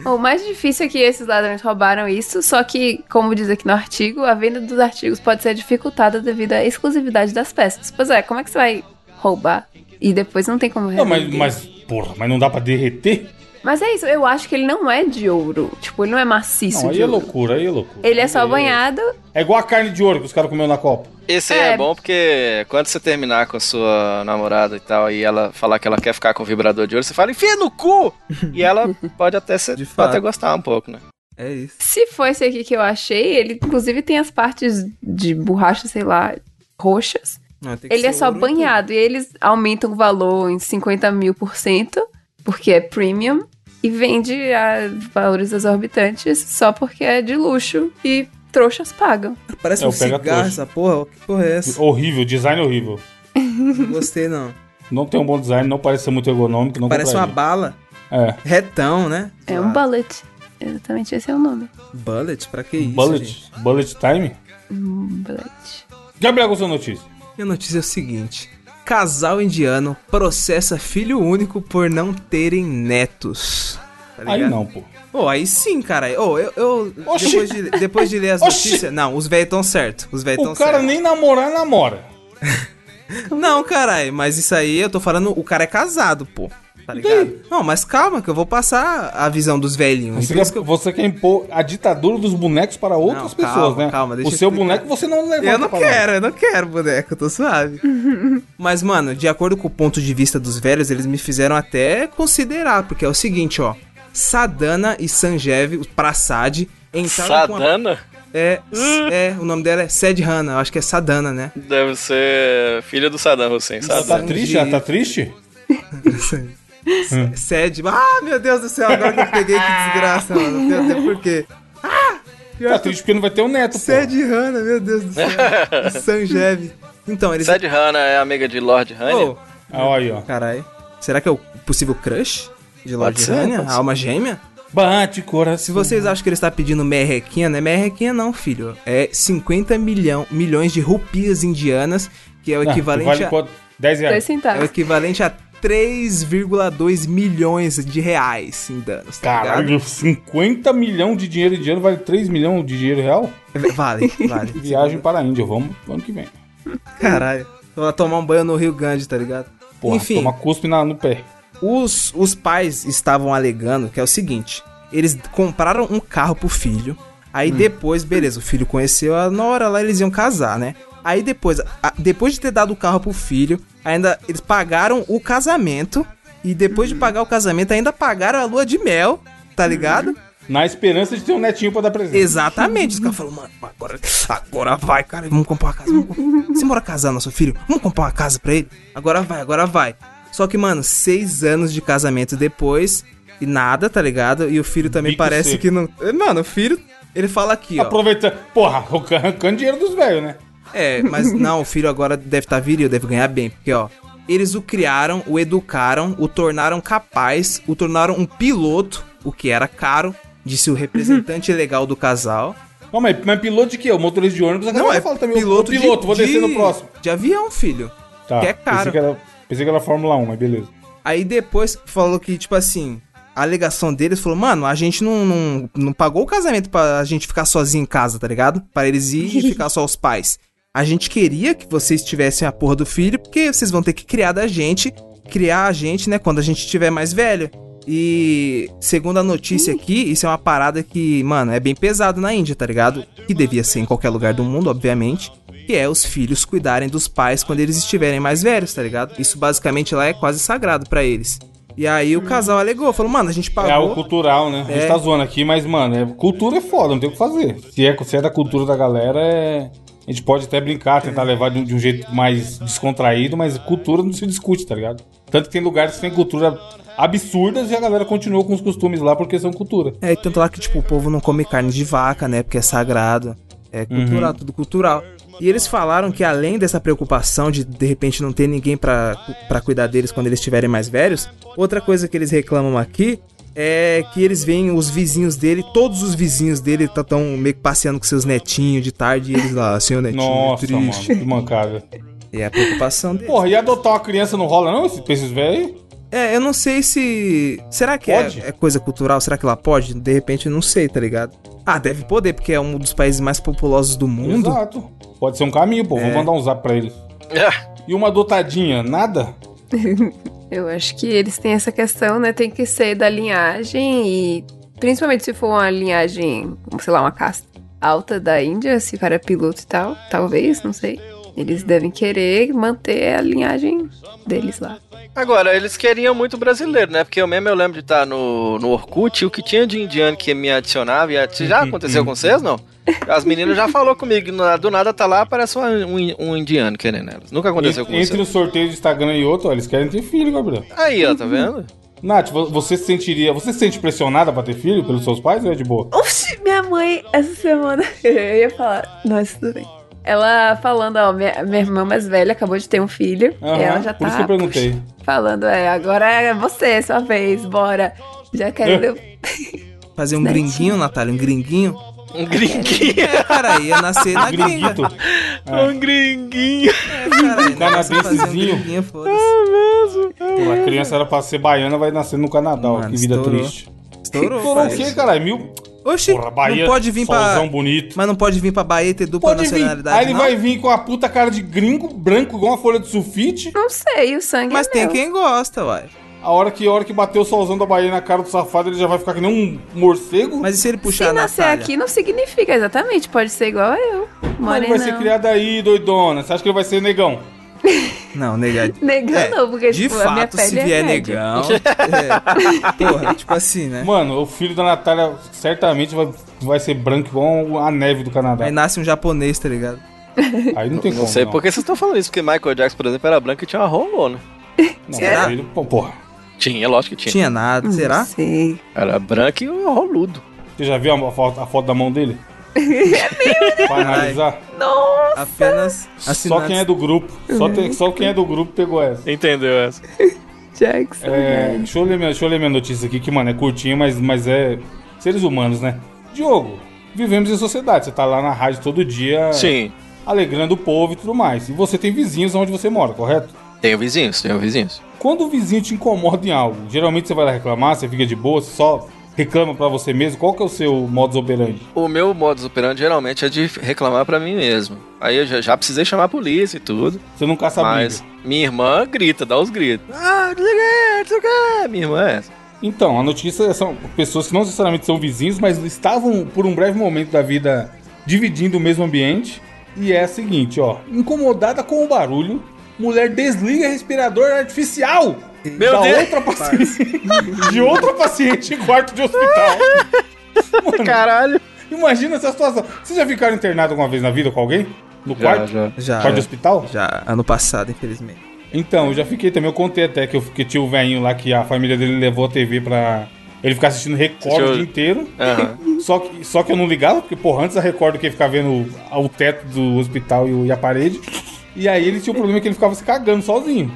[SPEAKER 4] O mais difícil é que esses ladrões roubaram isso, só que, como diz aqui no artigo, a venda dos artigos pode ser dificultada devido à exclusividade das peças. Pois é, como é que você vai roubar e depois não tem como
[SPEAKER 1] Não, mas,
[SPEAKER 4] revender?
[SPEAKER 1] mas, porra, mas não dá pra derreter?
[SPEAKER 4] Mas é isso, eu acho que ele não é de ouro. Tipo, ele não é maciço
[SPEAKER 1] não, aí
[SPEAKER 4] de
[SPEAKER 1] é
[SPEAKER 4] ouro.
[SPEAKER 1] loucura, aí é loucura.
[SPEAKER 4] Ele é só banhado.
[SPEAKER 1] É igual a carne de ouro que os caras comeu na Copa.
[SPEAKER 2] Esse aí é.
[SPEAKER 4] É.
[SPEAKER 2] bom porque quando você terminar com a sua namorada e tal, e ela falar que ela quer ficar com o vibrador de ouro, você fala, enfia no cu! E ela pode até, ser,
[SPEAKER 3] De
[SPEAKER 2] pode até
[SPEAKER 3] fato.
[SPEAKER 2] gostar um pouco, né?
[SPEAKER 3] É isso.
[SPEAKER 4] Se for esse aqui que eu achei, ele inclusive tem as partes de borracha, sei lá, roxas.
[SPEAKER 3] Não, tem que
[SPEAKER 4] Ele é
[SPEAKER 3] ser
[SPEAKER 4] só
[SPEAKER 3] ouro e tudo.
[SPEAKER 4] banhado e eles aumentam o valor em 50 mil por cento, porque é premium, e vende a valores exorbitantes só porque é de luxo e trouxas pagam.
[SPEAKER 3] Parece
[SPEAKER 1] É,
[SPEAKER 3] um
[SPEAKER 1] o pega
[SPEAKER 3] cigarro
[SPEAKER 1] trouxa.
[SPEAKER 3] essa porra. Que porra é essa?
[SPEAKER 1] Horrível, design horrível.
[SPEAKER 3] Não gostei, não.
[SPEAKER 1] Não né? tem um bom design, não parece ser muito ergonômico, não
[SPEAKER 3] Parece uma
[SPEAKER 1] compraria.
[SPEAKER 3] bala.
[SPEAKER 1] É,
[SPEAKER 3] Retão, né?
[SPEAKER 4] É um
[SPEAKER 3] Ah,
[SPEAKER 4] bullet. Exatamente esse é o nome.
[SPEAKER 3] Bullet? Pra que isso,
[SPEAKER 1] Um bullet,
[SPEAKER 3] gente?
[SPEAKER 1] bullet time.
[SPEAKER 4] Um bullet.
[SPEAKER 1] Gabriel, qual a sua notícia?
[SPEAKER 3] Minha notícia é o seguinte: casal indiano processa filho único por não terem netos. Tá
[SPEAKER 1] aí
[SPEAKER 3] ligado?
[SPEAKER 1] não, pô.
[SPEAKER 3] Pô, aí sim, cara. Ô, eu. eu-
[SPEAKER 1] Oxi.
[SPEAKER 3] depois, de, depois de ler as
[SPEAKER 1] Oxi.
[SPEAKER 3] notícias. Não, os véi tão certo. Os véi
[SPEAKER 1] O
[SPEAKER 3] tão
[SPEAKER 1] cara
[SPEAKER 3] certo.
[SPEAKER 1] nem namorar, namora.
[SPEAKER 3] Não, caralho, mas isso aí eu tô falando, o cara é casado, pô. Tá ligado? Não, mas calma que eu vou passar a visão dos velhinhos.
[SPEAKER 1] Você
[SPEAKER 3] Por isso
[SPEAKER 1] quer,
[SPEAKER 3] que eu-
[SPEAKER 1] você quer impor a ditadura dos bonecos para outras
[SPEAKER 3] Não, calma,
[SPEAKER 1] pessoas, né?
[SPEAKER 3] calma, deixa
[SPEAKER 1] o
[SPEAKER 3] eu
[SPEAKER 1] seu
[SPEAKER 3] explicar.
[SPEAKER 1] boneco você não levanta
[SPEAKER 3] Eu não
[SPEAKER 1] pra
[SPEAKER 3] quero, eu não quero boneco, eu tô suave. Mas, mano, de acordo com o ponto de vista dos velhos, eles me fizeram até considerar, porque é o seguinte, ó. Sadana e Sanjeev, o Prasad, entraram Então com a...
[SPEAKER 2] Sadana?
[SPEAKER 3] É, é, o nome dela é Sedhana, eu acho que é Sadana, né?
[SPEAKER 2] Deve ser filha do Saddam Hussein,
[SPEAKER 1] Ela
[SPEAKER 2] Sadana.
[SPEAKER 1] tá triste? Ela tá triste?
[SPEAKER 3] Sed... Ah, meu Deus do céu, agora que eu peguei, que desgraça, mano. Não sei até por quê. Ah,
[SPEAKER 1] Tá triste porque não vai ter um neto, pô.
[SPEAKER 3] Sede Hanna, meu Deus do céu. Sanjev. Então, eles...
[SPEAKER 2] Sad Hanna é amiga de Lord Hanna.
[SPEAKER 3] Oh,
[SPEAKER 1] Ah, olha aí, ó.
[SPEAKER 3] caralho. Será que é o possível crush de Lord
[SPEAKER 2] ser,
[SPEAKER 3] Hanna?
[SPEAKER 2] pode
[SPEAKER 3] A
[SPEAKER 2] ser.
[SPEAKER 3] alma gêmea?
[SPEAKER 1] Bate coração.
[SPEAKER 3] Se vocês acham que ele está pedindo merrequinha, não é merrequinha não, filho. É 50 milhão, milhões de rupias indianas, que é o
[SPEAKER 1] Ah,
[SPEAKER 3] equivalente
[SPEAKER 1] vale
[SPEAKER 3] a...
[SPEAKER 1] quanto? 10
[SPEAKER 4] Dois
[SPEAKER 1] reais.
[SPEAKER 3] É o
[SPEAKER 4] centavos.
[SPEAKER 3] equivalente a 3,2 milhões de reais em danos, tá ligado?
[SPEAKER 1] Caralho, 50 milhões de dinheiro de ano vale 3 milhões de dinheiro real?
[SPEAKER 3] Vale, vale.
[SPEAKER 1] Viagem para a Índia, vamos ano que vem.
[SPEAKER 3] Caralho. Ela tomar um banho no Rio Grande, tá ligado?
[SPEAKER 1] Porra,
[SPEAKER 3] Enfim,
[SPEAKER 1] toma cuspe na, no pé.
[SPEAKER 3] os, os pais estavam alegando que é o seguinte: eles compraram um carro pro filho. Aí depois, beleza, o filho conheceu a Nora lá, eles iam casar, né? Aí depois, a- depois de ter dado o carro pro filho, ainda eles pagaram o casamento. E depois de pagar o casamento, ainda pagaram a lua de mel, tá ligado?
[SPEAKER 1] Na esperança de ter um netinho pra dar presente.
[SPEAKER 3] Exatamente. Os caras falam, mano, agora, agora vai, cara. Vamos comprar uma casa. Vamos comprar. Você mora casado, nosso filho? Vamos comprar uma casa pra ele? Agora vai, agora vai. Só que, mano, seis anos de casamento depois e nada, tá ligado? E o filho também
[SPEAKER 1] Bico
[SPEAKER 3] parece
[SPEAKER 1] seco.
[SPEAKER 3] que não. Mano, o filho, ele fala aqui, ó.
[SPEAKER 1] Aproveitando. Porra, arrancando dinheiro dos velhos, né?
[SPEAKER 3] É, mas não, o filho agora deve tá estar viril, deve ganhar bem, porque ó, eles o criaram, o educaram, o tornaram capaz, o tornaram um piloto, o que era caro, disse o representante legal do casal.
[SPEAKER 1] Não, mas, mas piloto de quê? O motorista de ônibus
[SPEAKER 3] Não, é
[SPEAKER 1] fala também.
[SPEAKER 3] piloto,
[SPEAKER 1] Piloto, piloto
[SPEAKER 3] de,
[SPEAKER 1] vou descer
[SPEAKER 3] de-
[SPEAKER 1] no próximo.
[SPEAKER 3] De avião, filho.
[SPEAKER 1] Tá,
[SPEAKER 3] que é caro.
[SPEAKER 1] Pensei que, era, pensei que era Fórmula 1, mas beleza. É
[SPEAKER 3] Aí depois falou que, tipo assim, a alegação deles falou, mano, a gente não, não, não pagou o casamento pra gente ficar sozinho em casa, tá ligado? Pra eles irem e ficar só os pais. A gente queria que vocês tivessem a porra do filho, porque vocês vão ter que criar da gente, criar a gente, né, quando a gente tiver mais velho. E segundo a notícia aqui, isso é uma parada que, mano, é bem pesado na Índia, tá ligado? Que devia ser em qualquer lugar do mundo, obviamente. Que é os filhos cuidarem dos pais quando eles estiverem mais velhos, tá ligado? Isso basicamente lá é quase sagrado pra eles. E aí o casal alegou, falou, mano, a gente
[SPEAKER 1] É algo
[SPEAKER 3] pagou.
[SPEAKER 1] cultural, né? A gente
[SPEAKER 3] É.
[SPEAKER 1] tá zoando aqui, mas, mano, é- cultura é foda, não tem o que fazer. Se é, se é da cultura da galera, é- a gente pode até brincar, tentar levar de um, de um jeito mais descontraído, mas cultura não se discute, tá ligado? Tanto que tem lugares que tem cultura absurdas e a galera continua com os costumes lá porque são cultura.
[SPEAKER 3] É,
[SPEAKER 1] Uhum.
[SPEAKER 3] e tanto lá que, tipo, o povo não come carne de vaca, né? Porque é sagrado. É cultural, tudo cultural. E eles falaram que além dessa preocupação de de repente não ter ninguém pra pra cuidar deles quando eles estiverem mais velhos, outra coisa que eles reclamam aqui é que eles veem os vizinhos dele, todos os vizinhos dele estão meio que passeando com seus netinhos de tarde e eles lá, seu netinho,
[SPEAKER 1] Nossa, mano,
[SPEAKER 3] É, triste.
[SPEAKER 1] que mancada.
[SPEAKER 3] E é a preocupação deles.
[SPEAKER 1] Porra, e adotar uma criança não rola, não? Esses peixes velhos? aí?
[SPEAKER 3] É, eu não sei se. Será que
[SPEAKER 1] Pode?
[SPEAKER 3] É, é coisa cultural? Será que ela pode? De repente eu não sei, tá ligado? Ah, deve poder, porque é um dos países mais populosos do mundo.
[SPEAKER 1] Exato. Pode ser um caminho, pô. Vou mandar um zap pra eles.
[SPEAKER 2] É,
[SPEAKER 1] E uma adotadinha, nada?
[SPEAKER 4] Eu acho que eles têm essa questão, né? Tem que ser da linhagem e. Principalmente se for uma linhagem, sei lá, uma casta alta da Índia, se o cara é piloto e tal, talvez, não sei. Eles devem querer manter a linhagem deles lá.
[SPEAKER 2] Agora, eles queriam muito brasileiro, né? Porque eu mesmo eu lembro de estar no, no Orkut e o que tinha de indiano que me adicionava. E a- já aconteceu com vocês, não? As meninas já falou comigo, na- do nada tá lá, aparece uma- um, um indiano querendo elas. Nunca aconteceu com
[SPEAKER 1] Entre, entre
[SPEAKER 2] vocês.
[SPEAKER 1] o sorteio do Instagram e outro, ó, eles querem ter filho, Gabriel.
[SPEAKER 2] Aí, ó, tá vendo?
[SPEAKER 1] Nath, vo- você se sentiria. Você se sente pressionada pra ter filho pelos seus pais ou é de boa?
[SPEAKER 4] Oxi, minha mãe, essa semana, eu ia falar, nossa, tudo bem. Ela falando, ó, minha, minha irmã mais velha acabou de ter um filho,
[SPEAKER 1] Aham,
[SPEAKER 4] e ela já
[SPEAKER 1] por
[SPEAKER 4] tá
[SPEAKER 1] isso que eu perguntei.
[SPEAKER 4] falando, é, agora é você, sua vez, bora. Já querendo...
[SPEAKER 3] Fazer um
[SPEAKER 4] Netinho.
[SPEAKER 3] gringuinho, Natália, um gringuinho.
[SPEAKER 2] Um gringuinho.
[SPEAKER 3] Cara, ia nascer na gringa.
[SPEAKER 1] Gringuito.
[SPEAKER 2] Um gringuinho.
[SPEAKER 3] É, cara, ia nascer pra fazer um
[SPEAKER 1] canadensezinho.
[SPEAKER 3] gringuinho, foda-se.
[SPEAKER 1] Pô, a criança era pra ser baiana, vai nascer no Canadá, ó.
[SPEAKER 3] Mano,
[SPEAKER 1] Que vida
[SPEAKER 3] estourou.
[SPEAKER 1] triste.
[SPEAKER 3] Estourou,
[SPEAKER 1] Estourou o
[SPEAKER 3] faz.
[SPEAKER 1] quê, caralho? Mil.
[SPEAKER 3] Oxi,
[SPEAKER 1] Porra, Bahia.
[SPEAKER 3] não pode vir pra...
[SPEAKER 1] solzão bonito.
[SPEAKER 3] Mas não pode vir pra Bahia e ter dupla
[SPEAKER 1] Pode vir.
[SPEAKER 3] nacionalidade,
[SPEAKER 1] Aí ele
[SPEAKER 3] não?
[SPEAKER 1] vai vir com a puta cara de gringo, branco, igual uma folha de sulfite.
[SPEAKER 4] Não sei, o sangue
[SPEAKER 3] Mas
[SPEAKER 4] é
[SPEAKER 3] tem
[SPEAKER 4] meu.
[SPEAKER 3] quem gosta, uai.
[SPEAKER 1] A hora que, a hora que bater o solzão da Bahia na cara do safado, ele já vai ficar que nem um morcego.
[SPEAKER 3] Mas e se ele puxar
[SPEAKER 4] Se
[SPEAKER 3] a
[SPEAKER 4] nascer
[SPEAKER 3] Natália?
[SPEAKER 4] aqui não significa exatamente, pode ser igual a eu.
[SPEAKER 3] é
[SPEAKER 1] Mas ele é
[SPEAKER 4] Morena. é um
[SPEAKER 1] vai ser criado aí, doidona. Você acha que ele vai ser negão?
[SPEAKER 3] Não, negado.
[SPEAKER 4] Negão
[SPEAKER 3] É,
[SPEAKER 4] não, porque
[SPEAKER 3] De
[SPEAKER 4] tipo, a minha
[SPEAKER 3] fato,
[SPEAKER 4] pele
[SPEAKER 3] se
[SPEAKER 4] é
[SPEAKER 3] vier
[SPEAKER 4] média.
[SPEAKER 3] negão... é. Porra, tipo assim, né?
[SPEAKER 1] Mano, o filho da Natália certamente vai, vai ser branco igual a neve do Canadá.
[SPEAKER 3] Aí nasce um japonês, tá ligado?
[SPEAKER 1] Aí não tem como.
[SPEAKER 2] Não sei por que vocês estão falando isso, porque Michael Jackson, por exemplo, era branco e tinha uma rolona.
[SPEAKER 1] Não,
[SPEAKER 3] Será?
[SPEAKER 1] mas ele- pô, porra.
[SPEAKER 2] Tinha, lógico que tinha.
[SPEAKER 3] Tinha nada,
[SPEAKER 4] Não
[SPEAKER 3] será?
[SPEAKER 4] sei.
[SPEAKER 2] Era branco e um roludo.
[SPEAKER 1] Você já viu a, foto, a foto da mão dele? É mesmo? Pra analisar.
[SPEAKER 4] Nossa,
[SPEAKER 3] Apenas
[SPEAKER 1] Só quem é do grupo. Só, tem- só quem é do grupo pegou essa.
[SPEAKER 2] Entendeu essa?
[SPEAKER 4] Jackson.
[SPEAKER 1] É, deixa, eu ler minha, deixa eu ler minha notícia aqui, que, mano, é curtinha, mas, mas é seres humanos, né? Diogo, vivemos em sociedade. Você tá lá na rádio todo dia,
[SPEAKER 2] Sim.
[SPEAKER 1] alegrando o povo e tudo mais. E você tem vizinhos onde você mora, correto?
[SPEAKER 2] Tenho vizinhos, tenho vizinhos.
[SPEAKER 1] Quando o vizinho te incomoda em algo, geralmente você vai lá reclamar, você fica de boa, você só reclama pra você mesmo. Qual que é o seu modus operandi?
[SPEAKER 2] O meu modus operandi geralmente é de reclamar pra mim mesmo. Aí eu já, já precisei chamar a polícia e tudo.
[SPEAKER 1] Você não caça
[SPEAKER 2] mas
[SPEAKER 1] briga.
[SPEAKER 2] minha irmã grita, dá os gritos. Ah, desliga aí, desliga aí. Minha irmã é essa.
[SPEAKER 1] Então, a notícia são pessoas que não necessariamente são vizinhos, mas estavam por um breve momento da vida dividindo o mesmo ambiente. E é a seguinte, ó. Incomodada com o barulho, mulher desliga respirador artificial
[SPEAKER 2] Meu
[SPEAKER 1] da
[SPEAKER 2] Deus!
[SPEAKER 1] outra paciente, de outra paciente em quarto de hospital. Mano,
[SPEAKER 2] Caralho.
[SPEAKER 1] imagina essa situação. Vocês já ficaram internados alguma vez na vida com alguém? No quarto?
[SPEAKER 3] Já,
[SPEAKER 1] Quarto de hospital?
[SPEAKER 3] já, ano passado, infelizmente.
[SPEAKER 1] Então, eu já fiquei também. Eu contei até que, eu, que tinha o velhinho lá que a família dele levou a TV pra ele ficar assistindo Record
[SPEAKER 2] Assistiu-
[SPEAKER 1] o dia inteiro.
[SPEAKER 2] Aham.
[SPEAKER 1] Só que, só que eu não ligava, porque, porra, antes a Record do que ficar vendo o, o teto do hospital e, o- e a parede. E aí ele tinha o problema que ele ficava se cagando sozinho.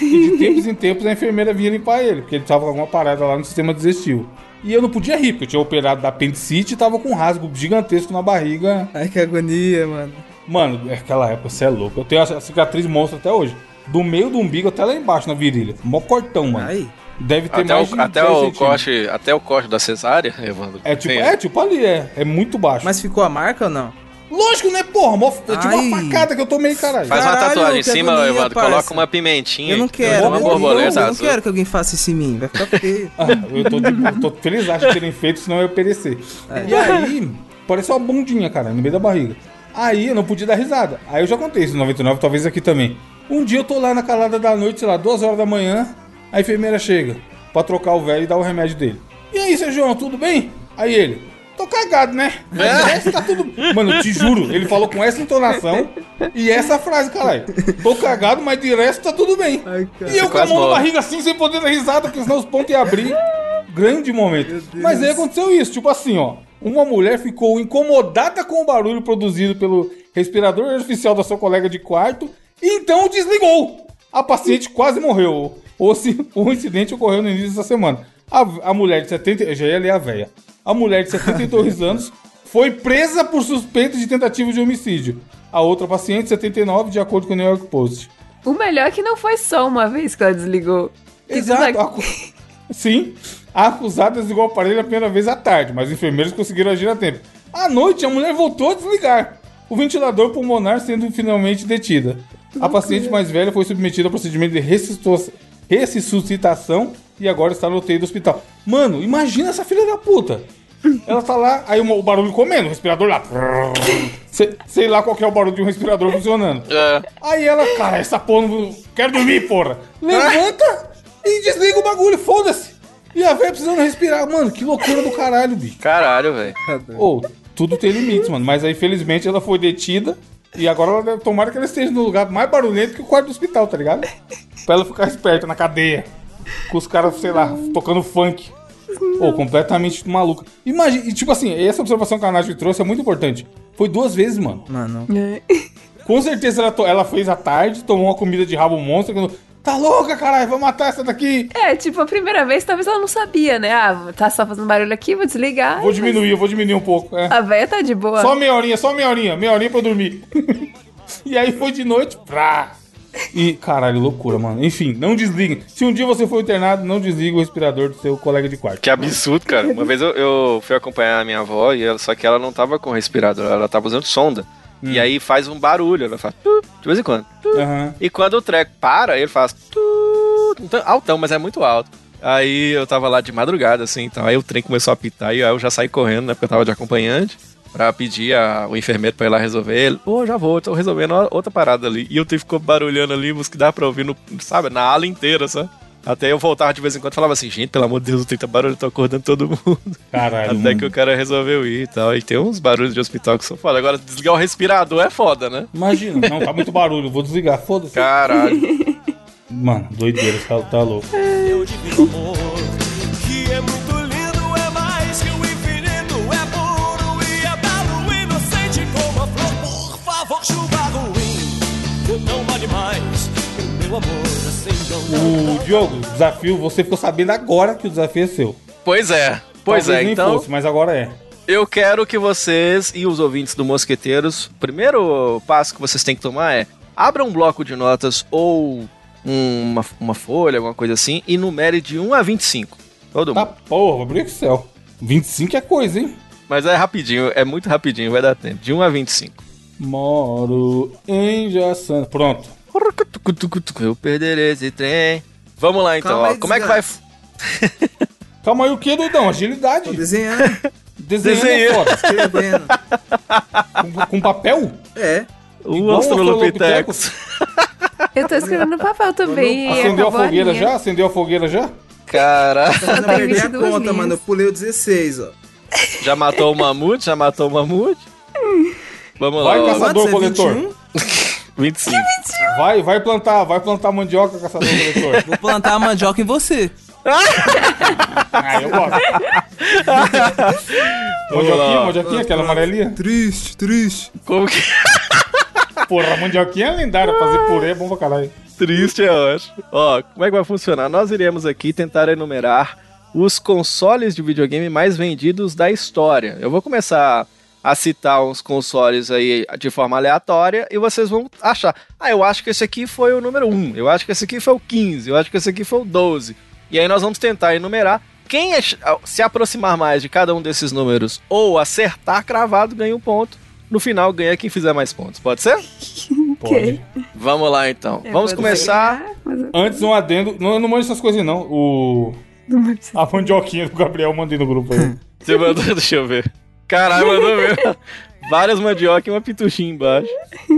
[SPEAKER 1] E de tempos em tempos a enfermeira vinha limpar ele, porque ele tava com alguma parada lá no sistema digestivo. E eu não podia rir, porque eu tinha operado da apendicite e tava com um rasgo gigantesco na barriga.
[SPEAKER 3] Ai, que agonia, mano.
[SPEAKER 1] Mano, é aquela época, você é louco. Eu tenho a cicatriz monstro até hoje. Do meio do umbigo até lá embaixo na virilha. Mó cortão, mano.
[SPEAKER 3] Aí,
[SPEAKER 1] Deve ter
[SPEAKER 2] Até,
[SPEAKER 1] mais de
[SPEAKER 2] o, até
[SPEAKER 1] 10
[SPEAKER 2] o
[SPEAKER 1] centímetros.
[SPEAKER 2] corte, até o corte da cesárea, Evandro.
[SPEAKER 1] É tipo,
[SPEAKER 2] Tem.
[SPEAKER 1] é tipo ali, é. É muito baixo.
[SPEAKER 3] mas ficou a marca ou não?
[SPEAKER 1] Lógico, né, porra? Mó, é tipo
[SPEAKER 3] Ai.
[SPEAKER 1] uma facada que eu tomei, caralho.
[SPEAKER 2] Faz uma
[SPEAKER 3] Caralho,
[SPEAKER 2] tatuagem em
[SPEAKER 3] que
[SPEAKER 2] cima,
[SPEAKER 3] agonia,
[SPEAKER 2] Evandro.
[SPEAKER 3] parça.
[SPEAKER 2] Coloca uma pimentinha.
[SPEAKER 3] Eu não
[SPEAKER 2] Uma
[SPEAKER 3] quero,
[SPEAKER 1] eu
[SPEAKER 3] meu
[SPEAKER 1] não-
[SPEAKER 2] borboleta
[SPEAKER 3] eu não
[SPEAKER 2] azul.
[SPEAKER 3] quero que alguém faça isso em mim, vai ficar feio.
[SPEAKER 1] Ah, eu tô, de- tô feliz acho de terem feito, senão eu ia perecer.
[SPEAKER 3] É.
[SPEAKER 1] E aí, parece uma bundinha, cara, no meio da barriga. Aí eu não podia dar risada. Aí eu já contei isso no 99, talvez aqui também. Um dia eu tô lá na calada da noite, sei lá, duas horas da manhã, a enfermeira chega pra trocar o velho e dar o remédio dele. E aí, seu João, tudo bem? Aí ele, tô cagado, né? Parece que tá tudo. Mano, eu te juro, ele falou com essa entonação e essa frase, caralho. Tô cagado, mas de resto tá tudo bem.
[SPEAKER 3] Ai, cara.
[SPEAKER 1] E eu com a
[SPEAKER 2] quase
[SPEAKER 1] mão na
[SPEAKER 2] morre.
[SPEAKER 1] barriga assim, sem poder dar risada, porque senão os pontos iam abrir. grande momento. Mas aí aconteceu isso, tipo assim, ó. Uma mulher ficou incomodada com o barulho produzido pelo respirador artificial da sua colega de quarto e então desligou. A paciente quase morreu. Ou se o incidente ocorreu no início dessa semana. A, a mulher de 70. Eu já ia ler a véia. A mulher de 72 anos foi presa por suspeita de tentativa de homicídio. A outra paciente, 79, de acordo com o New York Post.
[SPEAKER 4] O melhor é que não foi só uma vez que ela desligou. Tipo, Que
[SPEAKER 1] Exato.
[SPEAKER 4] desla-
[SPEAKER 1] Acu- Sim, a acusada desligou o aparelho a primeira vez à tarde, mas os enfermeiros conseguiram agir a tempo. À noite, a mulher voltou a desligar, o ventilador pulmonar sendo finalmente detida. A paciente mais velha foi submetida ao procedimento de ressuscito- ressuscitação e agora está no UTI do hospital. Mano, imagina essa filha da puta. Ela tá lá, aí o barulho comendo, o respirador lá. Sei, sei lá qual que é o barulho de um respirador funcionando.
[SPEAKER 2] É.
[SPEAKER 1] Aí ela, cara, essa porra, não- quero dormir, porra. Levanta e desliga o bagulho, foda-se. E a véia precisando respirar. Mano, que loucura do caralho, bicho.
[SPEAKER 2] Caralho, velho.
[SPEAKER 1] Ô, tudo tem limites, mano. Mas aí, felizmente, ela foi detida. E agora ela deve tomara que ela esteja no lugar mais barulhento que o quarto do hospital, tá ligado? Pra ela ficar esperta na cadeia. Com os caras, sei lá, tocando funk. Ô, completamente maluca. Imagina, e tipo assim, essa observação que a Nath me trouxe é muito importante. Foi duas vezes, mano.
[SPEAKER 3] Mano,
[SPEAKER 4] É,
[SPEAKER 1] Com certeza ela, to- ela fez à tarde, tomou uma comida de rabo monstro. que não- Tá louca, caralho, vai matar essa daqui.
[SPEAKER 4] É, tipo, a primeira vez talvez ela não sabia, né? Ah, tá só fazendo barulho aqui, vou desligar.
[SPEAKER 1] Vou diminuir, eu vou diminuir um pouco. é.
[SPEAKER 4] A véia tá de boa.
[SPEAKER 1] Só meia horinha, só meia horinha, meia horinha pra eu dormir. e aí foi de noite, pra. E caralho, loucura, mano. Enfim, não desliguem. Se um dia você for internado, não desligue o respirador do seu colega de quarto.
[SPEAKER 2] Que absurdo, cara. Uma vez eu, eu fui acompanhar a minha avó, e ela, só que ela não tava com respirador, ela tava usando sonda. E aí faz um barulho, ela faz tu, de vez em quando. tu.
[SPEAKER 1] Aham.
[SPEAKER 2] E quando o treco para, ele faz tu, então, altão, mas é muito alto. Aí eu tava lá de madrugada, assim, então aí o trem começou a apitar e aí eu já saí correndo, né, porque eu tava de acompanhante, pra pedir a- o enfermeiro pra ir lá resolver. Ele, pô, já vou, tô resolvendo uma- outra parada ali. E o trem ficou barulhando ali, mas que dá pra ouvir, no, sabe, na ala inteira, sabe? Até eu voltava de vez em quando e falava assim, gente, pelo amor de Deus, o trem tá barulho, tô acordando todo mundo.
[SPEAKER 1] Caralho,
[SPEAKER 2] Até
[SPEAKER 1] mano.
[SPEAKER 2] que o cara resolveu ir e tal. E tem uns barulhos de hospital que são foda. Agora, desligar o respirador é foda, né?
[SPEAKER 1] Imagina, não, tá muito barulho, vou desligar, foda-se.
[SPEAKER 2] Caralho.
[SPEAKER 1] Mano, doideira, esse cara tá louco.
[SPEAKER 5] meu divino amor. Que é muito lindo, é mais que o infinito, é puro e é belo, inocente como a flor. Por favor, chuva ruim, não vale mais, meu amor, assim não.
[SPEAKER 1] O Diogo, desafio, você ficou sabendo agora que o desafio é seu.
[SPEAKER 2] Pois é. Pois
[SPEAKER 1] Talvez
[SPEAKER 2] é,
[SPEAKER 1] nem
[SPEAKER 2] então
[SPEAKER 1] fosse, mas agora é.
[SPEAKER 2] eu quero que vocês e os ouvintes do Mosqueteiros, o primeiro passo que vocês têm que tomar é abra um bloco de notas ou um- uma, uma folha, alguma coisa assim, e numere de 1 a 25. Todo
[SPEAKER 1] Tá
[SPEAKER 2] mundo.
[SPEAKER 1] porra, abriu o Excel. 25 é coisa, hein?
[SPEAKER 2] Mas é rapidinho, é muito rapidinho, vai dar tempo. De 1 a 25.
[SPEAKER 1] Moro em Jaçan. Pronto.
[SPEAKER 2] Eu perderei esse trem. Vamos lá então,
[SPEAKER 3] Calma
[SPEAKER 2] ó.
[SPEAKER 3] aí,
[SPEAKER 2] Como é que vai.
[SPEAKER 1] Calma aí, o que, doidão? Agilidade.
[SPEAKER 3] tô desenhando,
[SPEAKER 1] Desenhando
[SPEAKER 2] desenhei.
[SPEAKER 1] é foda.
[SPEAKER 3] escrevendo.
[SPEAKER 1] Com, com papel?
[SPEAKER 3] É.
[SPEAKER 2] O
[SPEAKER 1] Igual o
[SPEAKER 2] Australopithecus.
[SPEAKER 4] Eu tô escrevendo no papel também. é, e
[SPEAKER 1] Acendeu a
[SPEAKER 4] acabou
[SPEAKER 1] fogueira
[SPEAKER 4] linha.
[SPEAKER 1] já? Acendeu a fogueira já?
[SPEAKER 2] Caralho.
[SPEAKER 3] Mas eu
[SPEAKER 4] tem
[SPEAKER 3] perdi a
[SPEAKER 4] 22
[SPEAKER 3] tá conta,
[SPEAKER 4] linhas.
[SPEAKER 3] mano. Eu pulei o 16, ó.
[SPEAKER 2] Já matou o mamute? Já matou o mamute? Vamos lá,
[SPEAKER 1] Hum. Vai,
[SPEAKER 2] ó.
[SPEAKER 1] caçador.
[SPEAKER 3] Quantos é?
[SPEAKER 1] coletor.
[SPEAKER 3] 21?
[SPEAKER 2] 25.
[SPEAKER 1] Vai, vai plantar, vai plantar mandioca, caçador coletor.
[SPEAKER 3] Vou plantar a mandioca em você.
[SPEAKER 1] ah, eu gosto.
[SPEAKER 2] Vamos
[SPEAKER 1] mandioquinha,
[SPEAKER 2] lá.
[SPEAKER 1] mandioquinha, aquela amarelinha.
[SPEAKER 3] Triste, triste.
[SPEAKER 2] Como que.
[SPEAKER 1] Porra, a mandioquinha é lendária, fazer purê é bom pra caralho.
[SPEAKER 2] Triste, eu acho. Ó, como é que vai funcionar? Nós iremos aqui tentar enumerar os consoles de videogame mais vendidos da história. Eu vou começar a citar uns consoles aí de forma aleatória e vocês vão achar. Ah, eu acho que esse aqui foi o número 1, eu acho que esse aqui foi o 15, eu acho que esse aqui foi o 12. E aí nós vamos tentar enumerar. Quem ach- se aproximar mais de cada um desses números ou acertar cravado ganha um ponto. No final ganha quem fizer mais pontos. Pode ser?
[SPEAKER 1] Pode.
[SPEAKER 2] Vamos lá então.
[SPEAKER 4] Eu
[SPEAKER 2] Vamos
[SPEAKER 4] É, vou
[SPEAKER 2] começar.
[SPEAKER 4] desenhar, mas eu-
[SPEAKER 1] Antes, um adendo. Não, eu não manjo essas coisas, não. O...
[SPEAKER 4] não vai precisar.
[SPEAKER 1] A mandioquinha do Gabriel eu mandei no grupo aí.
[SPEAKER 2] Você mandou, deixa eu ver. Caralho, mandou mesmo. Várias mandioca e uma pituxinha embaixo.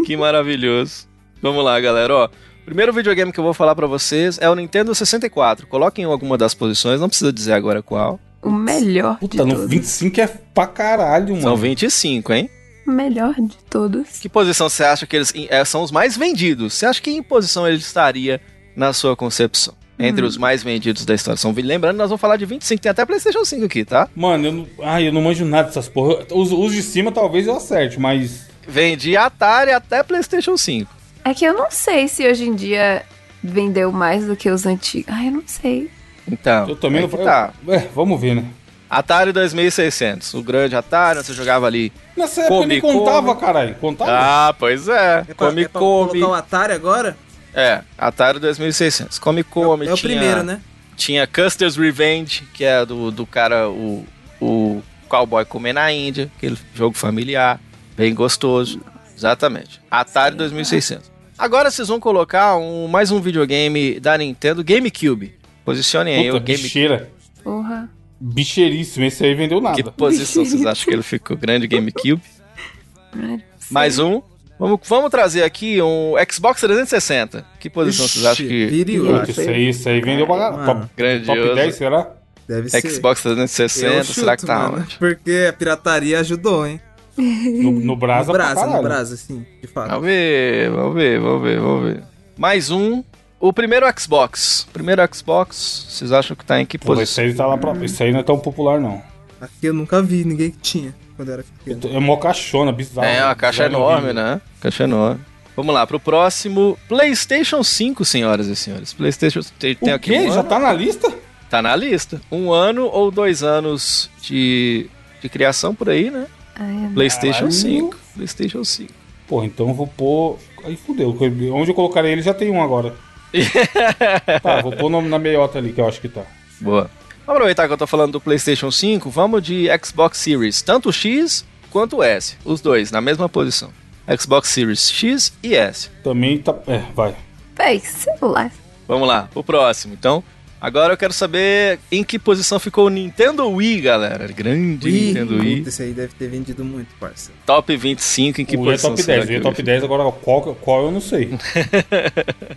[SPEAKER 2] Que maravilhoso. Vamos lá, galera, ó. Primeiro videogame que eu vou falar pra vocês é o Nintendo 64. Coloquem em alguma das posições, não precisa dizer agora qual.
[SPEAKER 4] O melhor de
[SPEAKER 1] Puta,
[SPEAKER 2] né?
[SPEAKER 1] no
[SPEAKER 4] todos.
[SPEAKER 1] 25 é pra caralho,
[SPEAKER 2] São
[SPEAKER 1] mano.
[SPEAKER 2] 25, hein?
[SPEAKER 4] O melhor de todos.
[SPEAKER 2] Que posição você acha que eles eh, são os mais vendidos? Você acha que em posição ele estaria na sua concepção?
[SPEAKER 1] Hum.
[SPEAKER 2] Entre os mais vendidos da história. São, lembrando, nós vamos falar de 25, tem até PlayStation 5 aqui, tá?
[SPEAKER 1] Mano, eu não, ai, eu não manjo nada dessas porra. Os, os de cima talvez eu acerte, mas.
[SPEAKER 2] Vendi Atari até PlayStation 5.
[SPEAKER 4] É que eu não sei se hoje em dia vendeu mais do que os antigos. Ai, eu não sei.
[SPEAKER 2] Então.
[SPEAKER 1] Eu também
[SPEAKER 2] aí
[SPEAKER 1] não
[SPEAKER 2] que tá.
[SPEAKER 1] eu- é, vamos ver, né?
[SPEAKER 2] Atari 2600, o grande Atari, você jogava ali.
[SPEAKER 1] Nessa época
[SPEAKER 2] Come,
[SPEAKER 1] ele contava,
[SPEAKER 2] come.
[SPEAKER 1] caralho. Contava?
[SPEAKER 2] Ah, pois é.
[SPEAKER 3] É pra,
[SPEAKER 2] Come
[SPEAKER 3] é pra
[SPEAKER 2] Come.
[SPEAKER 3] colocar o Atari agora?
[SPEAKER 2] É, Atari 2600. Come Come.
[SPEAKER 3] é o
[SPEAKER 2] tinha-
[SPEAKER 3] primeiro, né?
[SPEAKER 2] Tinha Custer's Revenge, que é do, do cara, o, o cowboy comer na Índia, aquele jogo familiar, bem gostoso. Exatamente. Atari 2600. Agora vocês vão colocar um, mais um videogame da Nintendo, GameCube. Posicione aí
[SPEAKER 1] Puta,
[SPEAKER 2] o GameCube.
[SPEAKER 1] bicheira.
[SPEAKER 4] Porra.
[SPEAKER 1] Bicheiríssimo, esse aí vendeu nada.
[SPEAKER 2] Que posição vocês acham que ele ficou? Grande GameCube.
[SPEAKER 4] né?
[SPEAKER 2] Mais um. Vamos, vamos trazer aqui um Xbox 360. Que posição vocês acham que
[SPEAKER 3] Virou.
[SPEAKER 1] Puta, isso aí, isso aí vendeu pra
[SPEAKER 3] Mano.
[SPEAKER 1] caralho. Top, top
[SPEAKER 2] grandioso?
[SPEAKER 1] 10, será?
[SPEAKER 3] Deve ser.
[SPEAKER 2] Xbox 360,
[SPEAKER 3] é- Eu
[SPEAKER 2] será que
[SPEAKER 3] chuto,
[SPEAKER 2] tá
[SPEAKER 3] mano,
[SPEAKER 2] onde?
[SPEAKER 3] Porque a pirataria ajudou, hein?
[SPEAKER 1] No, no Brasa,
[SPEAKER 3] no
[SPEAKER 1] pra
[SPEAKER 3] Brasa, no
[SPEAKER 1] caralho.
[SPEAKER 3] Brasa, sim, de fato.
[SPEAKER 2] Vamos ver, vamos ver, vamos ver, vamos ver. Mais um. O primeiro Xbox. Primeiro Xbox, vocês acham que tá em que
[SPEAKER 1] Pô, esse
[SPEAKER 2] posição?
[SPEAKER 1] aí tá lá pra... Esse aí não é tão popular, não.
[SPEAKER 3] Aqui eu nunca vi ninguém que tinha quando eu era pequeno.
[SPEAKER 1] É uma caixona bizarra.
[SPEAKER 2] É, uma caixa
[SPEAKER 1] Bizarro, né?
[SPEAKER 2] enorme,
[SPEAKER 1] horrível.
[SPEAKER 2] né? Caixa enorme. Vamos lá, pro próximo. PlayStation 5, senhoras e senhores. PlayStation tem, tem
[SPEAKER 1] O
[SPEAKER 2] aqui.
[SPEAKER 1] quê?
[SPEAKER 2] Um
[SPEAKER 1] Já
[SPEAKER 2] ano,
[SPEAKER 1] tá na lista?
[SPEAKER 2] tá na lista. Um ano ou dois anos de, de criação por aí, né?
[SPEAKER 4] Ai,
[SPEAKER 2] PlayStation
[SPEAKER 1] Caralho.
[SPEAKER 2] 5. PlayStation 5.
[SPEAKER 1] Pô, então eu vou pôr. Aí fudeu. Onde eu colocar ele já tem um agora. tá, vou pôr o nome na meiota ali, que eu acho que tá.
[SPEAKER 2] Boa. Vamos aproveitar que eu tô falando do PlayStation 5, vamos de Xbox Series, tanto o X quanto o S, os dois na mesma posição. Xbox Series X e S.
[SPEAKER 1] Também tá. É, vai.
[SPEAKER 4] Véi, que celular.
[SPEAKER 2] Vamos lá, o próximo. Então, agora eu quero saber em que posição ficou o Nintendo Wii, galera. Grande
[SPEAKER 3] Ih,
[SPEAKER 2] Nintendo Wii.
[SPEAKER 3] puta, Esse aí deve ter vendido muito, parça.
[SPEAKER 2] Top 25, em que
[SPEAKER 1] o E é
[SPEAKER 2] posição
[SPEAKER 1] top 10.
[SPEAKER 2] será
[SPEAKER 1] O
[SPEAKER 2] que
[SPEAKER 1] E é
[SPEAKER 2] ele
[SPEAKER 1] top 10, agora qual, que- qual eu não sei.
[SPEAKER 3] Hum.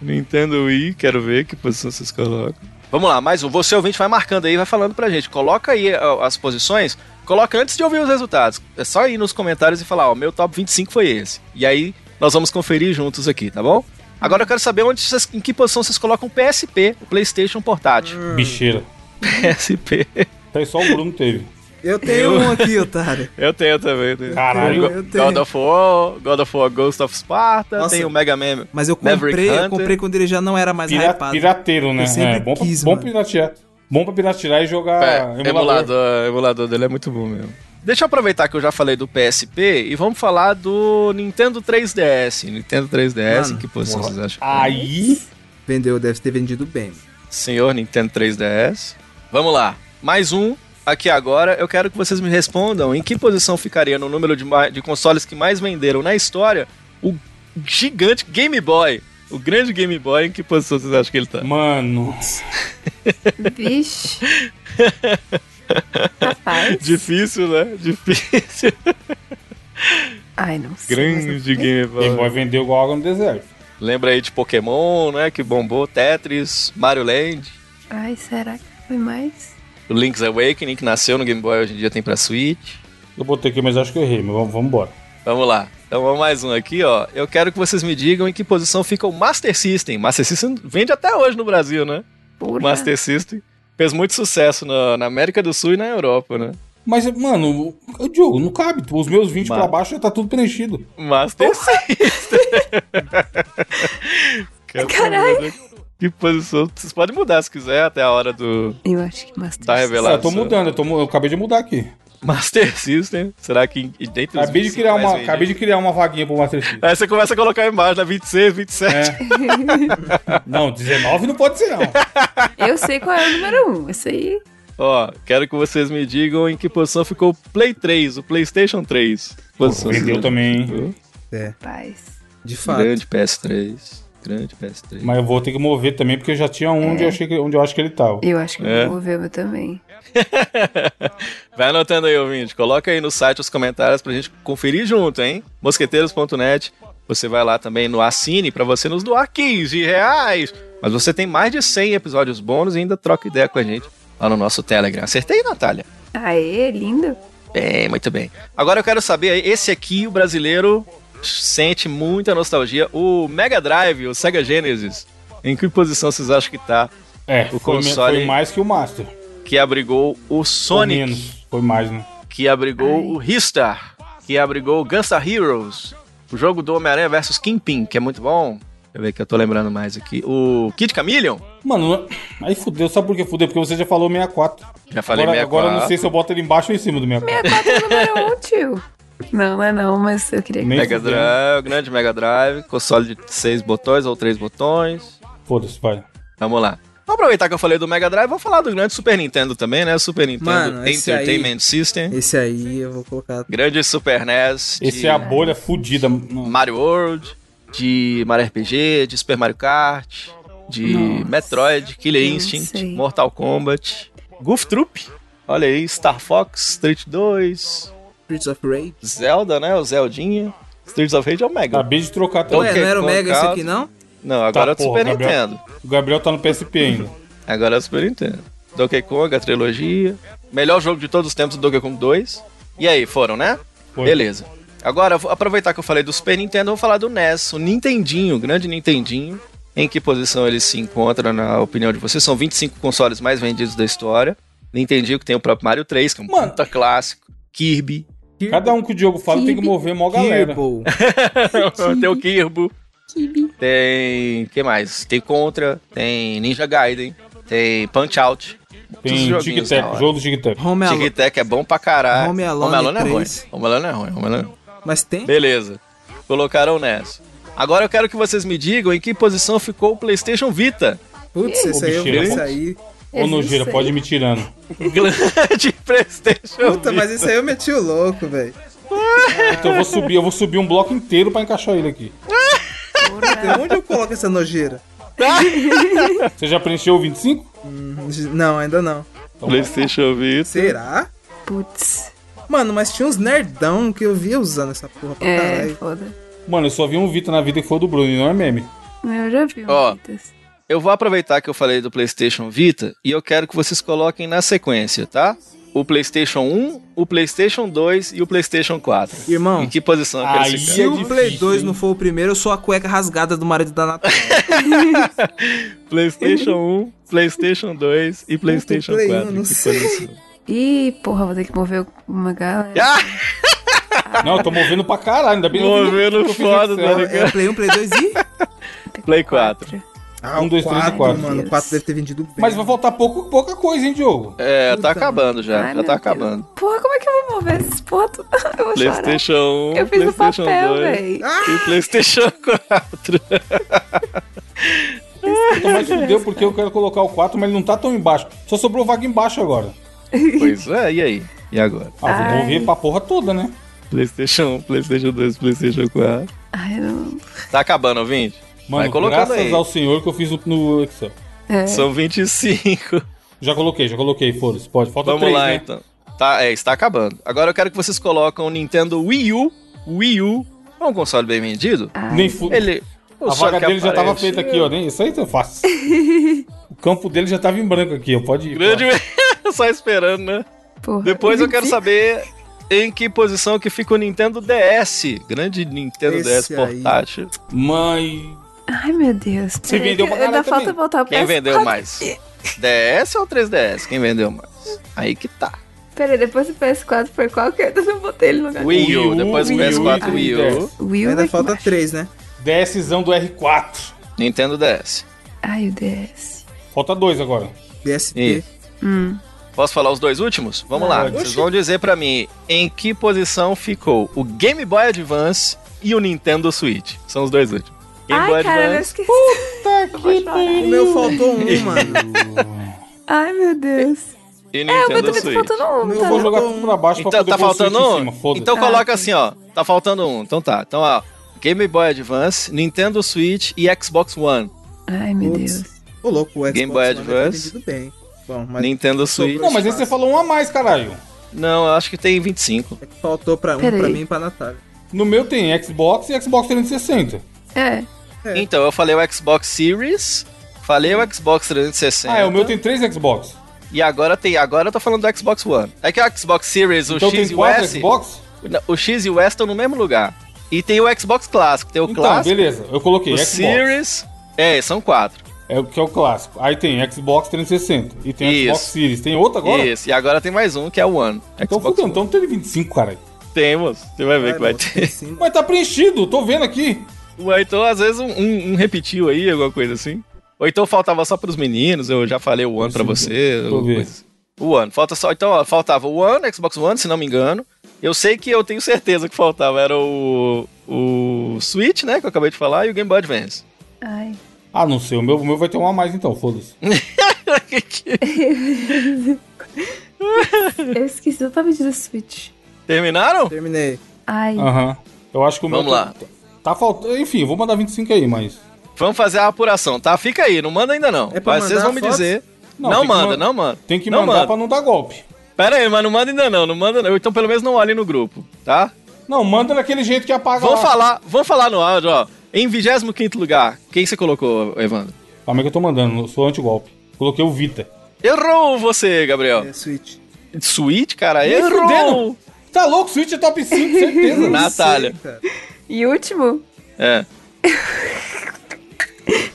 [SPEAKER 2] Nintendo Wii, quero ver que posição vocês colocam. Vamos lá, mais um. Você ouvinte vai marcando aí, vai falando pra gente. Coloca aí ó, as posições, coloca antes de ouvir os resultados. É só ir nos comentários e falar, ó, meu top 25 foi esse. E aí nós vamos conferir juntos aqui, tá bom? Agora eu quero saber onde vocês- em que posição vocês colocam o PSP, o PlayStation Portátil.
[SPEAKER 3] Hum.
[SPEAKER 1] Bicheira.
[SPEAKER 2] PSP.
[SPEAKER 1] Tá aí só o Bruno teve.
[SPEAKER 3] Eu tenho um aqui, otário.
[SPEAKER 2] Eu tenho também. né? eu tenho.
[SPEAKER 1] Caralho.
[SPEAKER 3] Eu tenho.
[SPEAKER 2] God of War, God of War Ghost of Sparta,
[SPEAKER 3] Nossa.
[SPEAKER 2] tem o Mega Man.
[SPEAKER 3] Mas eu
[SPEAKER 2] Maverick
[SPEAKER 3] comprei, eu
[SPEAKER 2] Hunter.
[SPEAKER 3] comprei quando ele já não era mais
[SPEAKER 1] Pira-
[SPEAKER 3] hypado.
[SPEAKER 1] pirateiro, né?
[SPEAKER 3] Eu sempre
[SPEAKER 1] é, bom, pra-
[SPEAKER 3] quis,
[SPEAKER 1] bom
[SPEAKER 3] mano.
[SPEAKER 1] pra piratear. Bom pra piratear e jogar
[SPEAKER 2] É,
[SPEAKER 1] emulador.
[SPEAKER 2] emulador, emulador dele é muito bom mesmo. Deixa eu aproveitar que eu já falei do PSP e vamos falar do Nintendo 3DS. Nintendo 3DS,
[SPEAKER 3] Mano,
[SPEAKER 2] em que posição
[SPEAKER 1] porra. Ah.
[SPEAKER 2] vocês acham?
[SPEAKER 1] Aí.
[SPEAKER 3] Vendeu, deve ter vendido bem.
[SPEAKER 2] Senhor Nintendo 3DS. Vamos lá, mais um aqui agora. Eu quero que vocês me respondam em que posição ficaria no número de, ma- de consoles que mais venderam na história o gigante Game Boy. O grande Game Boy, em que posição vocês acham que ele tá?
[SPEAKER 1] Mano.
[SPEAKER 4] Vixe. Rapaz.
[SPEAKER 2] Difícil, né? Difícil.
[SPEAKER 4] Ai, não sei. mas
[SPEAKER 2] grande
[SPEAKER 4] eu-
[SPEAKER 2] Game Boy.
[SPEAKER 1] Game Boy vendeu igual água no deserto.
[SPEAKER 2] Lembra aí de Pokémon, né? Que bombou, Tetris, Mario Land,
[SPEAKER 4] Ai, será que foi mais?
[SPEAKER 2] o Link's Awakening, que nasceu no Game Boy, hoje em dia tem pra Switch.
[SPEAKER 1] Eu botei aqui, mas acho que eu errei, mas vamos, vamos embora.
[SPEAKER 2] Vamos lá. Então vamos mais um aqui, ó. Eu quero que vocês me digam em que posição fica o Master System. Master System vende até hoje no Brasil, né? O
[SPEAKER 4] Porra.
[SPEAKER 2] Master System fez muito sucesso na, na América do Sul e na Europa, né?
[SPEAKER 1] Mas, mano, o Diogo, não cabe. Os meus 20
[SPEAKER 2] Mano.
[SPEAKER 1] pra baixo já tá tudo preenchido.
[SPEAKER 2] Master System. Quero
[SPEAKER 4] Caralho.
[SPEAKER 2] saber né? Que posição. Vocês podem mudar se quiser até a hora do,
[SPEAKER 4] Eu acho que Master
[SPEAKER 2] da
[SPEAKER 4] System.
[SPEAKER 2] revelação.
[SPEAKER 1] eu tô mudando, eu, tô mu- eu acabei de mudar aqui.
[SPEAKER 2] Master System? Será que em- dentro dos
[SPEAKER 1] Acabei de,
[SPEAKER 2] 25
[SPEAKER 1] criar
[SPEAKER 2] mais
[SPEAKER 1] uma,
[SPEAKER 2] vendidos?
[SPEAKER 1] acabei de criar uma vaguinha pro Master Chief.
[SPEAKER 2] Aí você começa a né? colocar embaixo, na 26, 27.
[SPEAKER 1] É. não, 19 não pode ser, não.
[SPEAKER 4] Eu sei qual é o número um. Esse aí.
[SPEAKER 2] Ó, quero que vocês me digam em que posição ficou o Play 3, o PlayStation 3. Posição.
[SPEAKER 1] Vendeu também, hein?
[SPEAKER 3] É,
[SPEAKER 4] Rapaz.
[SPEAKER 3] de fato.
[SPEAKER 2] Grande PS3. Grande PS3.
[SPEAKER 1] Mas eu vou ter que mover também, porque eu já tinha um onde, eu achei que, onde eu acho que ele tava.
[SPEAKER 4] Eu acho que
[SPEAKER 2] É.
[SPEAKER 4] eu vou ver o meu também.
[SPEAKER 2] Vai anotando aí, ouvinte. Coloca aí no site os comentários pra gente conferir junto, hein? Mosqueteiros.net. Você vai lá também no Assine pra você nos doar 15 reais. Mas você tem mais de 100 episódios bônus e ainda troca ideia com a gente lá no nosso Telegram. Acertei, Natália?
[SPEAKER 4] Aê, lindo.
[SPEAKER 2] Bem, muito bem. Agora eu quero saber, esse aqui, o brasileiro sente muita nostalgia. O Mega Drive, o Sega Genesis. Em que posição vocês acham que tá
[SPEAKER 1] É,
[SPEAKER 2] O
[SPEAKER 1] foi, me-
[SPEAKER 2] console-
[SPEAKER 1] foi mais que o Master.
[SPEAKER 2] que abrigou o
[SPEAKER 1] Foi
[SPEAKER 2] Sonic?
[SPEAKER 1] menos. Foi mais, né?
[SPEAKER 2] que abrigou
[SPEAKER 4] Ai.
[SPEAKER 2] o Ristar, que abrigou o Gunstar Heroes, o jogo do Homem-Aranha versus Kingpin, que é muito bom. Deixa eu ver que eu tô lembrando mais aqui. O Kid Chameleon,
[SPEAKER 1] Mano, aí fudeu. Sabe por que fudeu? Porque você já falou 64.
[SPEAKER 2] já falei
[SPEAKER 1] agora, agora
[SPEAKER 2] 64.
[SPEAKER 1] eu não sei se eu boto ele embaixo ou em cima do 64.
[SPEAKER 4] Quatro é o número um, tio. Não, não é não, mas eu queria...
[SPEAKER 1] Nem
[SPEAKER 2] Mega
[SPEAKER 1] fudeu.
[SPEAKER 2] Drive, grande Mega Drive, console de seis botões ou três botões.
[SPEAKER 1] Foda-se, vai.
[SPEAKER 2] Vamos lá. Vamos aproveitar que eu falei do Mega Drive, vou falar do grande Super Nintendo também, né? Super Nintendo
[SPEAKER 3] Mano, esse
[SPEAKER 2] Entertainment System.
[SPEAKER 3] Esse aí eu vou colocar.
[SPEAKER 2] Grande Super NES. de-
[SPEAKER 1] Esse é a bolha fudida. Não.
[SPEAKER 2] Mario World, de Mario RPG, de Super Mario Kart, de
[SPEAKER 4] Nossa,
[SPEAKER 2] Metroid, Killer
[SPEAKER 4] eu
[SPEAKER 2] Instinct,
[SPEAKER 4] sei.
[SPEAKER 2] Mortal Kombat, Goof Troop, olha aí, Star Fox, Street 2,
[SPEAKER 3] Streets of Rage.
[SPEAKER 2] Zelda, né, o Zeldinha, Streets of Rage é o Mega.
[SPEAKER 1] Acabei de trocar também.
[SPEAKER 2] Então,
[SPEAKER 3] Ué,
[SPEAKER 2] ok,
[SPEAKER 3] não era o Mega esse
[SPEAKER 2] colocado.
[SPEAKER 3] aqui, não?
[SPEAKER 2] Não, agora é do
[SPEAKER 1] porra,
[SPEAKER 2] Super
[SPEAKER 1] Gabriel.
[SPEAKER 2] Nintendo.
[SPEAKER 1] O Gabriel tá no PSP ainda.
[SPEAKER 2] Agora é do Super Nintendo. Donkey Kong, a trilogia, melhor jogo de todos os tempos, Donkey Kong 2. E aí, foram, né?
[SPEAKER 1] Foi.
[SPEAKER 2] Beleza. Agora, eu vou aproveitar que eu falei do Super Nintendo, eu vou falar do NES, o Nintendinho, o grande Nintendinho. Em que posição ele se encontra, na opinião de vocês? São 25 consoles mais vendidos da história. Nintendinho que tem o próprio Mario 3, que é um
[SPEAKER 1] Mano.
[SPEAKER 2] puta clássico. Kirby.
[SPEAKER 1] Cada um que o Diogo fala tem que mover mó galera.
[SPEAKER 2] tipo?
[SPEAKER 3] Kirbo.
[SPEAKER 2] tem o Kirby.
[SPEAKER 4] Kibi.
[SPEAKER 2] Tem. que mais? Tem Contra, tem Ninja Gaiden, tem Punch Out. Muitos
[SPEAKER 1] Tem
[SPEAKER 2] joguinhos da
[SPEAKER 1] tic-tac,
[SPEAKER 2] hora.
[SPEAKER 1] jogo do tic-tac.
[SPEAKER 3] Home Alone.
[SPEAKER 2] Tic Tac é bom pra caralho.
[SPEAKER 3] Home Alone
[SPEAKER 2] é ruim.
[SPEAKER 3] 3.
[SPEAKER 2] Home Alone é ruim. Home Alone é ruim.
[SPEAKER 3] Mas tem?
[SPEAKER 2] Beleza. Colocaram nessa. Agora eu quero que vocês me digam em que posição ficou o PlayStation Vita.
[SPEAKER 3] Putz, esse aí eu
[SPEAKER 1] Bicheira,
[SPEAKER 3] esse
[SPEAKER 1] né?
[SPEAKER 3] aí.
[SPEAKER 4] É
[SPEAKER 1] Ô, Nojeira, pode ir me tirando.
[SPEAKER 2] O grande PlayStation
[SPEAKER 3] Puta, mas esse aí eu meti o louco, velho.
[SPEAKER 1] Então eu vou subir, eu vou subir um bloco inteiro pra encaixar ele aqui.
[SPEAKER 3] Onde eu coloco essa nojeira?
[SPEAKER 1] Você já preencheu o 25?
[SPEAKER 3] Não, ainda não.
[SPEAKER 2] PlayStation Vita.
[SPEAKER 3] Será?
[SPEAKER 4] Putz.
[SPEAKER 3] Mano, mas tinha uns nerdão que eu via usando essa porra pra
[SPEAKER 4] É,
[SPEAKER 3] caralho.
[SPEAKER 4] foda.
[SPEAKER 1] Mano, eu só vi um Vita na vida que foi o do Bruno, e não é meme.
[SPEAKER 4] Eu já vi um
[SPEAKER 2] Ó.
[SPEAKER 4] muitas.
[SPEAKER 2] Eu vou aproveitar que eu falei do PlayStation Vita e eu quero que vocês coloquem na sequência, tá? O PlayStation 1, o PlayStation 2 e o PlayStation 4.
[SPEAKER 3] Irmão,
[SPEAKER 2] Em que posição que
[SPEAKER 1] Aí
[SPEAKER 2] eles
[SPEAKER 3] se
[SPEAKER 1] é
[SPEAKER 2] ficaram?
[SPEAKER 3] o Play
[SPEAKER 1] difícil,
[SPEAKER 3] 2
[SPEAKER 1] hein?
[SPEAKER 3] não for o primeiro, eu sou a cueca rasgada do marido da Natália.
[SPEAKER 2] é PlayStation 1, PlayStation 2 e PlayStation
[SPEAKER 3] Play
[SPEAKER 2] 4.
[SPEAKER 3] um,
[SPEAKER 2] Em
[SPEAKER 3] não
[SPEAKER 2] que
[SPEAKER 3] sei.
[SPEAKER 2] posição?
[SPEAKER 4] Ih, porra, vou ter que mover uma galera.
[SPEAKER 2] Ah,
[SPEAKER 1] Não, eu tô movendo pra caralho, ainda bem que eu fiz-
[SPEAKER 2] Movendo
[SPEAKER 1] eu fiz
[SPEAKER 2] foda,
[SPEAKER 1] Excel.
[SPEAKER 2] né?
[SPEAKER 3] É Play 1, Play 2 e.
[SPEAKER 2] Play 4.
[SPEAKER 3] Ah,
[SPEAKER 1] Um, dois, três e
[SPEAKER 3] quatro,
[SPEAKER 1] quatro.
[SPEAKER 3] Mano, o 4 deve ter vendido bem.
[SPEAKER 1] Mas vai faltar pouco, pouca coisa, hein, Diogo?
[SPEAKER 2] É,
[SPEAKER 3] Puta,
[SPEAKER 2] tá acabando já.
[SPEAKER 4] Ai,
[SPEAKER 2] já
[SPEAKER 4] meu
[SPEAKER 2] tá
[SPEAKER 4] Deus.
[SPEAKER 2] acabando.
[SPEAKER 4] Porra, como é que eu vou mover esses pontos? Eu vou chorar.
[SPEAKER 2] PlayStation 1,
[SPEAKER 4] Eu fiz o
[SPEAKER 2] PlayStation
[SPEAKER 4] papel,
[SPEAKER 2] 2
[SPEAKER 4] véi.
[SPEAKER 3] Ah,
[SPEAKER 2] e PlayStation 4.
[SPEAKER 1] Então, mas fudeu porque eu quero colocar o 4, mas ele não tá tão embaixo. Só sobrou vaga embaixo agora.
[SPEAKER 2] pois é, e aí? E agora?
[SPEAKER 1] Ah, vou
[SPEAKER 4] Ai.
[SPEAKER 1] mover pra porra toda, né?
[SPEAKER 2] PlayStation 1, PlayStation 2, PlayStation 4.
[SPEAKER 4] Ai, eu não...
[SPEAKER 2] Tá acabando, ouvinte? Vai
[SPEAKER 1] Mano,
[SPEAKER 2] colocando
[SPEAKER 1] graças
[SPEAKER 2] aí.
[SPEAKER 1] ao senhor que eu fiz no Excel.
[SPEAKER 4] É.
[SPEAKER 2] São 25.
[SPEAKER 1] Já coloquei, já coloquei, foda-se. Pode, falta
[SPEAKER 2] Vamos
[SPEAKER 1] três,
[SPEAKER 2] lá,
[SPEAKER 1] né?
[SPEAKER 2] então. Tá, é, está acabando. Agora eu quero que vocês colocam o Nintendo Wii U. Wii U é um console bem vendido.
[SPEAKER 4] Ah.
[SPEAKER 1] Nem fu...
[SPEAKER 2] Ele... o
[SPEAKER 1] A
[SPEAKER 2] só
[SPEAKER 1] vaga
[SPEAKER 2] que
[SPEAKER 1] dele já tava
[SPEAKER 2] aparece-
[SPEAKER 1] feita aqui, ó. Nem... Isso aí tá fácil. o campo dele já tava em branco aqui, ó. Pode ir.
[SPEAKER 2] Grande... só esperando, né?
[SPEAKER 4] Porra.
[SPEAKER 2] Depois eu quero saber em que posição que fica o Nintendo DS. Grande Nintendo DS
[SPEAKER 3] Esse aí.
[SPEAKER 2] portátil.
[SPEAKER 1] Mãe.
[SPEAKER 4] Ai, meu Deus.
[SPEAKER 1] Você
[SPEAKER 4] Peraí,
[SPEAKER 1] vendeu
[SPEAKER 4] que
[SPEAKER 1] pra
[SPEAKER 4] Ainda
[SPEAKER 1] caralho
[SPEAKER 4] falta
[SPEAKER 1] também.
[SPEAKER 4] voltar o
[SPEAKER 2] Quem
[SPEAKER 4] PS4.
[SPEAKER 2] vendeu mais?
[SPEAKER 4] é?
[SPEAKER 2] DS ou 3DS? Quem vendeu mais? Aí que tá.
[SPEAKER 4] Peraí, depois do PS4 foi qual que eu ainda não botei ele no lugar?
[SPEAKER 2] Wii
[SPEAKER 1] Wii
[SPEAKER 2] U,
[SPEAKER 1] U,
[SPEAKER 2] depois o
[SPEAKER 4] Wii U
[SPEAKER 2] PS4
[SPEAKER 4] e
[SPEAKER 2] Wii U,
[SPEAKER 4] Wii U é
[SPEAKER 3] Ainda
[SPEAKER 4] aqui
[SPEAKER 3] falta
[SPEAKER 4] embaixo.
[SPEAKER 3] 3, né?
[SPEAKER 1] DSzão do R4.
[SPEAKER 2] Nintendo DS.
[SPEAKER 4] Ai, o DS.
[SPEAKER 1] Falta dois agora.
[SPEAKER 3] DSP.
[SPEAKER 2] Isso. Posso falar os dois últimos? Vamos lá. Vocês
[SPEAKER 3] Oxi.
[SPEAKER 2] vão dizer pra mim em que posição ficou o Game Boy Advance e o Nintendo Switch. São os dois últimos. Game
[SPEAKER 4] Ai,
[SPEAKER 2] Boy
[SPEAKER 4] cara, eu
[SPEAKER 2] Advance.
[SPEAKER 4] esqueci. Puta que
[SPEAKER 3] O meu faltou um, mano.
[SPEAKER 4] Ai, meu Deus.
[SPEAKER 2] E
[SPEAKER 4] É, mas
[SPEAKER 2] Nintendo
[SPEAKER 4] também tá
[SPEAKER 2] Switch.
[SPEAKER 4] faltando um,
[SPEAKER 3] Eu
[SPEAKER 1] Eu
[SPEAKER 4] tá?
[SPEAKER 1] vou jogar tudo pra baixo pra
[SPEAKER 2] Então
[SPEAKER 1] poder
[SPEAKER 2] tá
[SPEAKER 1] pôr o
[SPEAKER 2] faltando
[SPEAKER 1] Switch em
[SPEAKER 2] um?
[SPEAKER 1] cima, foda-se.
[SPEAKER 2] Então coloca assim, ó. Tá faltando um. Então tá. Então, ó. Game Boy Advance, Nintendo Switch e Xbox One.
[SPEAKER 4] Ai, meu
[SPEAKER 3] Putz.
[SPEAKER 4] Deus.
[SPEAKER 3] Ô, louco, o Xbox
[SPEAKER 2] Game Boy
[SPEAKER 3] One deve ter
[SPEAKER 2] Advance.
[SPEAKER 3] vendido bem. Bom, mas
[SPEAKER 2] Nintendo Switch.
[SPEAKER 1] Não, mas esse você falou um a mais, caralho.
[SPEAKER 2] Não, eu acho que tem 25.
[SPEAKER 3] é que faltou pra um,
[SPEAKER 4] Peraí.
[SPEAKER 3] pra mim e pra Natália.
[SPEAKER 1] No meu tem Xbox e Xbox 360.
[SPEAKER 4] É.
[SPEAKER 3] É.
[SPEAKER 2] Então, eu falei o Xbox Series, falei o Xbox 360.
[SPEAKER 1] Ah, é, o
[SPEAKER 2] tá.
[SPEAKER 1] meu tem três Xbox.
[SPEAKER 2] E agora tem, agora eu tô falando do Xbox One. É que o Xbox Series, o
[SPEAKER 1] Então
[SPEAKER 2] X
[SPEAKER 1] tem
[SPEAKER 2] e o
[SPEAKER 1] quatro
[SPEAKER 2] S,
[SPEAKER 1] Xbox?
[SPEAKER 2] o X e o S estão no mesmo lugar. E tem o Xbox clássico, tem o
[SPEAKER 1] Então,
[SPEAKER 2] clássico,
[SPEAKER 1] beleza. Eu coloquei
[SPEAKER 2] o
[SPEAKER 1] Xbox.
[SPEAKER 2] Series, é, são quatro.
[SPEAKER 1] É o que é o clássico. Aí tem Xbox 360 e tem
[SPEAKER 2] Isso.
[SPEAKER 1] Xbox Series. Tem outro agora?
[SPEAKER 2] Isso, e agora tem mais um que é o One.
[SPEAKER 1] Então
[SPEAKER 2] Xbox
[SPEAKER 1] fudeu,
[SPEAKER 2] One.
[SPEAKER 1] então teve 25, caralho.
[SPEAKER 2] Tem, moço. Você vai ver que vai
[SPEAKER 3] moço,
[SPEAKER 2] ter.
[SPEAKER 3] sim.
[SPEAKER 1] Mas tá preenchido, tô vendo aqui.
[SPEAKER 2] Ou então, às vezes, um, um- um repetiu aí, alguma coisa assim. Ou então faltava só pros meninos, eu já falei o One pra você.
[SPEAKER 1] Tô
[SPEAKER 2] alguma
[SPEAKER 1] vendo.
[SPEAKER 2] coisa assim. O One, falta só. Então, ó, faltava o One, Xbox One, se não me engano. Eu sei que eu tenho certeza que faltava. Era o. O Switch, né? Que eu acabei de falar, e o Game Boy Advance.
[SPEAKER 4] Ai.
[SPEAKER 1] Ah, não sei, o meu, o meu vai ter um a mais então, foda-se.
[SPEAKER 4] Eu esqueci totalmente do Switch.
[SPEAKER 2] Terminaram?
[SPEAKER 3] Terminei.
[SPEAKER 4] Ai.
[SPEAKER 2] Ah.
[SPEAKER 1] Aham. Eu acho que o meu.
[SPEAKER 2] Vamos lá.
[SPEAKER 1] Tá, tá faltando. Enfim, vou mandar 25 aí, mas.
[SPEAKER 2] Vamos fazer a apuração, tá? Fica aí, não manda ainda não.
[SPEAKER 3] É pra
[SPEAKER 2] mas vocês
[SPEAKER 3] mandar
[SPEAKER 2] vão me
[SPEAKER 3] foto?
[SPEAKER 2] dizer.
[SPEAKER 1] Não,
[SPEAKER 2] Não,
[SPEAKER 1] tem que
[SPEAKER 2] manda,
[SPEAKER 1] man-
[SPEAKER 2] não manda.
[SPEAKER 1] Tem que
[SPEAKER 2] não
[SPEAKER 1] mandar
[SPEAKER 2] manda.
[SPEAKER 1] pra não dar golpe.
[SPEAKER 2] Pera aí, mas não manda ainda não, não manda não. Ou Então pelo menos não olhe no grupo, tá?
[SPEAKER 1] Não, manda daquele jeito que apaga
[SPEAKER 2] Vamos
[SPEAKER 1] lá.
[SPEAKER 2] falar, vamos falar no áudio, ó. Em 25 lugar, quem você colocou, Evandro?
[SPEAKER 1] Calma aí que eu tô mandando, eu sou anti-golpe. Coloquei o Vita.
[SPEAKER 2] Errou você, Gabriel.
[SPEAKER 3] É Switch.
[SPEAKER 2] Switch, cara,
[SPEAKER 1] Ih,
[SPEAKER 2] errou.
[SPEAKER 1] fudendo. Tá louco, Switch é top 5, certeza.
[SPEAKER 2] Natália.
[SPEAKER 3] Sei, cara.
[SPEAKER 4] E último?
[SPEAKER 2] É.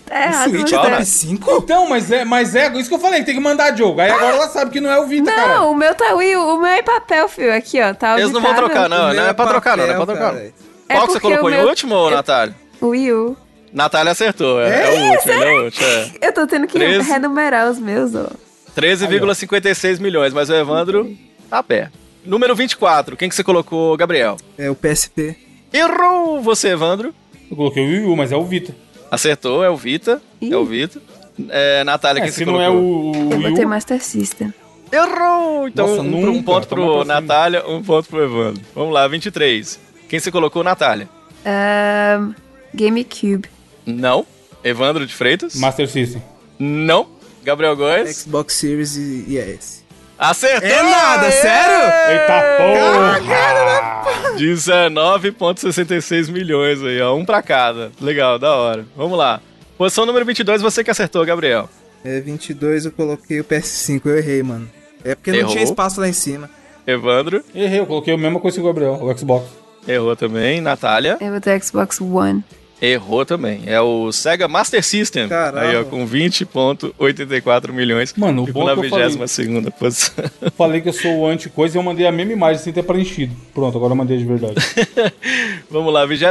[SPEAKER 4] Tá errado,
[SPEAKER 3] Switch
[SPEAKER 4] mas
[SPEAKER 3] é
[SPEAKER 2] Fala.
[SPEAKER 4] tá.
[SPEAKER 3] top 5?
[SPEAKER 1] Então, mas é, mas é isso que eu falei, tem que mandar jogo. Aí agora ela sabe que não é o Vita, cara.
[SPEAKER 4] Não, o meu tá Will, o meu é em papel, filho. Aqui, ó. Tá
[SPEAKER 2] Eles não vão
[SPEAKER 4] auditável.
[SPEAKER 2] trocar, não.
[SPEAKER 3] O meu
[SPEAKER 2] Não é pra trocar, não. Não é pra
[SPEAKER 3] papel,
[SPEAKER 2] trocar.
[SPEAKER 3] cara.
[SPEAKER 4] É
[SPEAKER 2] Qual que você
[SPEAKER 4] porque
[SPEAKER 2] colocou?
[SPEAKER 4] o
[SPEAKER 2] Em
[SPEAKER 4] meu- É.
[SPEAKER 2] último ou Natália?
[SPEAKER 4] O Will.
[SPEAKER 2] Natália acertou. É, é o último, é o último. É.
[SPEAKER 4] Eu tô tendo que
[SPEAKER 2] Treze.
[SPEAKER 4] renumerar os meus, ó.
[SPEAKER 2] 13,56 milhões, mas o Evandro tá a pé. Número 24, quem que você colocou, Gabriel?
[SPEAKER 3] É o PSP.
[SPEAKER 2] Errou você, Evandro.
[SPEAKER 1] Eu coloquei o Wii U, mas é o Vita.
[SPEAKER 2] Acertou, é o Vita.
[SPEAKER 4] Ih.
[SPEAKER 2] É o Vita. É, Natália,
[SPEAKER 1] É,
[SPEAKER 2] quem você
[SPEAKER 1] se não
[SPEAKER 2] colocou?
[SPEAKER 1] é o, o
[SPEAKER 4] Eu
[SPEAKER 1] Wii
[SPEAKER 4] botei
[SPEAKER 1] U.
[SPEAKER 4] Master System.
[SPEAKER 2] Errou! Então,
[SPEAKER 1] Nossa,
[SPEAKER 2] um, pro-
[SPEAKER 1] nunca,
[SPEAKER 2] um ponto
[SPEAKER 1] toma
[SPEAKER 2] pro
[SPEAKER 1] pra cima.
[SPEAKER 2] Natália, um ponto pro Evandro. Vamos lá, 23. Quem você colocou, Natália?
[SPEAKER 4] Ahn, GameCube.
[SPEAKER 2] Não. Evandro de Freitas?
[SPEAKER 1] Master System.
[SPEAKER 2] Não. Gabriel Góes?
[SPEAKER 3] Xbox Series e, e é esse.
[SPEAKER 2] Acertou!
[SPEAKER 3] É nada,
[SPEAKER 2] É.
[SPEAKER 3] sério?
[SPEAKER 1] Eita
[SPEAKER 2] né?
[SPEAKER 1] porra!
[SPEAKER 2] 19,66 milhões aí, ó. Um pra cada. Legal, da hora. Vamos lá. Posição número 22, você que acertou, Gabriel.
[SPEAKER 3] É 22, eu coloquei o PS5. Eu errei, mano. É porque não
[SPEAKER 2] Errou.
[SPEAKER 3] tinha espaço lá em cima.
[SPEAKER 2] Evandro,
[SPEAKER 1] Errei, eu coloquei a mesma coisa que o Gabriel, o Xbox.
[SPEAKER 2] errou também. Natália,
[SPEAKER 4] Eu botei Xbox One.
[SPEAKER 2] errou também. É o Sega Master System.
[SPEAKER 3] Caralho.
[SPEAKER 2] Aí, ó, com 20,84 milhões.
[SPEAKER 1] Mano, o
[SPEAKER 2] Ficou
[SPEAKER 1] bom
[SPEAKER 2] na
[SPEAKER 1] é que eu falei.
[SPEAKER 2] 22 posição.
[SPEAKER 1] Falei que eu sou o anti-coisa e eu mandei a mesma imagem sem ter preenchido. Pronto, agora eu mandei de verdade.
[SPEAKER 2] Vamos lá, 21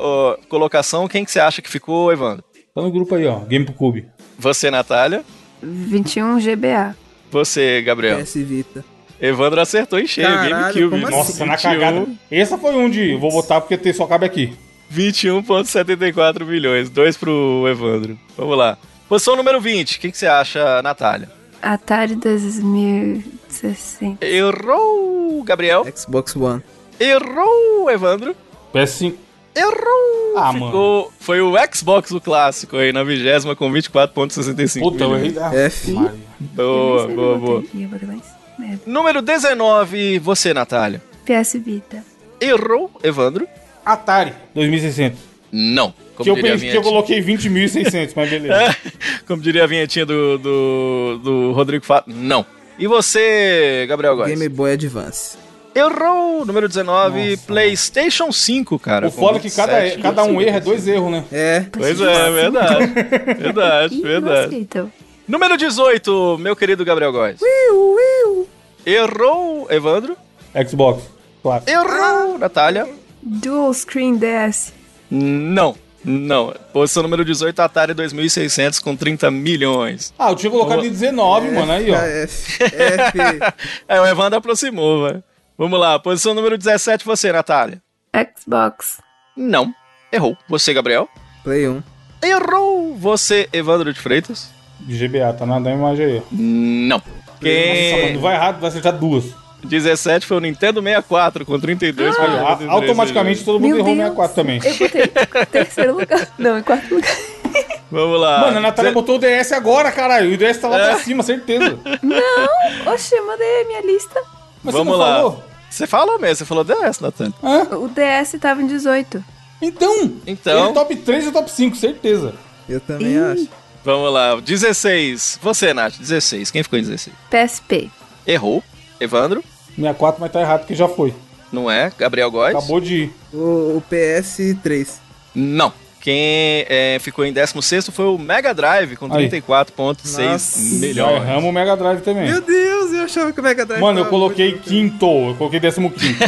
[SPEAKER 2] ó, colocação. Quem que você acha que ficou, Evandro?
[SPEAKER 1] Tá no grupo aí, ó. GameCube.
[SPEAKER 2] Você, Natália.
[SPEAKER 4] 21 GBA.
[SPEAKER 2] Você, Gabriel.
[SPEAKER 3] PS Vita.
[SPEAKER 2] Evandro acertou em cheio.
[SPEAKER 3] Caralho,
[SPEAKER 2] GameCube.
[SPEAKER 3] como assim?
[SPEAKER 1] Nossa, na
[SPEAKER 2] 21.
[SPEAKER 1] cagada. Essa foi um de. Vou botar porque tem- só cabe aqui.
[SPEAKER 2] 21,74 milhões. Dois pro Evandro. Vamos lá. Posição número 20. Quem que você acha, Natália?
[SPEAKER 4] Atari 2060.
[SPEAKER 2] Errou,
[SPEAKER 3] É
[SPEAKER 2] Gabriel.
[SPEAKER 3] Xbox One.
[SPEAKER 2] Errou, Evandro.
[SPEAKER 1] PS5.
[SPEAKER 2] Errou.
[SPEAKER 1] Ah,
[SPEAKER 2] Ficou- Foi o Xbox o clássico aí, na vigésima com 24,65
[SPEAKER 1] Puta, eu errei.
[SPEAKER 2] milhões.
[SPEAKER 1] Ah,
[SPEAKER 3] F.
[SPEAKER 1] Maria.
[SPEAKER 2] Boa,
[SPEAKER 4] Eu nem sei
[SPEAKER 2] boa,
[SPEAKER 4] onde eu
[SPEAKER 2] boa.
[SPEAKER 4] botei. Eu botei lá em cima. Merda.
[SPEAKER 2] Número 19, você, Natália.
[SPEAKER 4] PS É, Vita.
[SPEAKER 2] Errou, Evandro.
[SPEAKER 1] Atari 2060.
[SPEAKER 2] Não. Como
[SPEAKER 1] Que eu,
[SPEAKER 2] diria a
[SPEAKER 1] pensei, que
[SPEAKER 2] É.
[SPEAKER 1] eu
[SPEAKER 2] vinhetinha-
[SPEAKER 1] coloquei 20.600, mas beleza.
[SPEAKER 2] Como diria a vinhetinha do, do, do Rodrigo Fato. Não. E você, Gabriel Góes?
[SPEAKER 3] Game Boy Advance.
[SPEAKER 2] Errou! Número 19,
[SPEAKER 1] Nossa,
[SPEAKER 2] PlayStation 5, cara.
[SPEAKER 1] o foda é que cada, cada um erra é dois erros, né?
[SPEAKER 3] É.
[SPEAKER 2] Pois é, verdade. Verdade,
[SPEAKER 4] Ih,
[SPEAKER 2] verdade.
[SPEAKER 4] nossa, então.
[SPEAKER 2] Número 18, meu querido Gabriel Góes. Errou, Evandro.
[SPEAKER 1] Xbox. Claro.
[SPEAKER 2] Errou, Natália.
[SPEAKER 4] Dual Screen DS.
[SPEAKER 2] Não, não. Posição número 18, Atari 2600 com 30 milhões.
[SPEAKER 1] Ah, eu tinha colocado em 19, mano. Aí, ó.
[SPEAKER 3] É. F, F,
[SPEAKER 2] É, o Evandro aproximou, velho. Vamos lá, posição número 17, você, Natália.
[SPEAKER 4] Xbox.
[SPEAKER 2] Não. Errou. Você, Gabriel.
[SPEAKER 3] Play 1.
[SPEAKER 2] Errou. Você, Evandro de Freitas.
[SPEAKER 1] GBA, tá na na imagem aí. ó.
[SPEAKER 2] Não.
[SPEAKER 1] Nossa,
[SPEAKER 2] Quem...
[SPEAKER 1] mano, vai errado, vai acertar duas.
[SPEAKER 2] 17 foi o Nintendo 64 com 32
[SPEAKER 1] Aí, ó, a- Ah, automaticamente todo mundo
[SPEAKER 4] Meu
[SPEAKER 1] errou
[SPEAKER 4] Deus.
[SPEAKER 1] 64 também.
[SPEAKER 4] Eu botei em terceiro lugar. Não, em quarto lugar.
[SPEAKER 2] Vamos lá.
[SPEAKER 1] Mano, a Natália botou o DS agora, caralho. E o DS tá lá
[SPEAKER 2] É.
[SPEAKER 1] pra cima, certeza.
[SPEAKER 4] Oxe, eu mandei a minha lista.
[SPEAKER 1] Mas
[SPEAKER 2] Vamos
[SPEAKER 1] você não
[SPEAKER 2] lá.
[SPEAKER 1] falou?
[SPEAKER 2] Você falou mesmo, você falou DS, Natália.
[SPEAKER 1] Hã?
[SPEAKER 4] O DS tava em 18.
[SPEAKER 1] Então,
[SPEAKER 2] Então.
[SPEAKER 1] ele top 3 e top 5, certeza.
[SPEAKER 3] Eu também
[SPEAKER 4] Ih.
[SPEAKER 3] acho.
[SPEAKER 2] Vamos lá. 16. Você, Nath, 16. Quem ficou em 16?
[SPEAKER 4] PSP.
[SPEAKER 2] Errou. Evandro.
[SPEAKER 1] 64, mas tá errado porque já foi.
[SPEAKER 2] Não é. Gabriel Góes.
[SPEAKER 1] Acabou de ir.
[SPEAKER 3] O, o PS3.
[SPEAKER 2] Não. Quem é, ficou em 16 foi o Mega Drive, com
[SPEAKER 1] Aí.
[SPEAKER 2] 34,6
[SPEAKER 3] Nossa.
[SPEAKER 1] Já
[SPEAKER 2] milhões.
[SPEAKER 1] erramos o Mega Drive também.
[SPEAKER 3] Meu Deus, eu achava que o Mega Drive
[SPEAKER 1] É.
[SPEAKER 2] tá
[SPEAKER 1] Mano, eu
[SPEAKER 3] tava
[SPEAKER 1] coloquei
[SPEAKER 3] muito-
[SPEAKER 1] quinto, eu coloquei décimo quinto.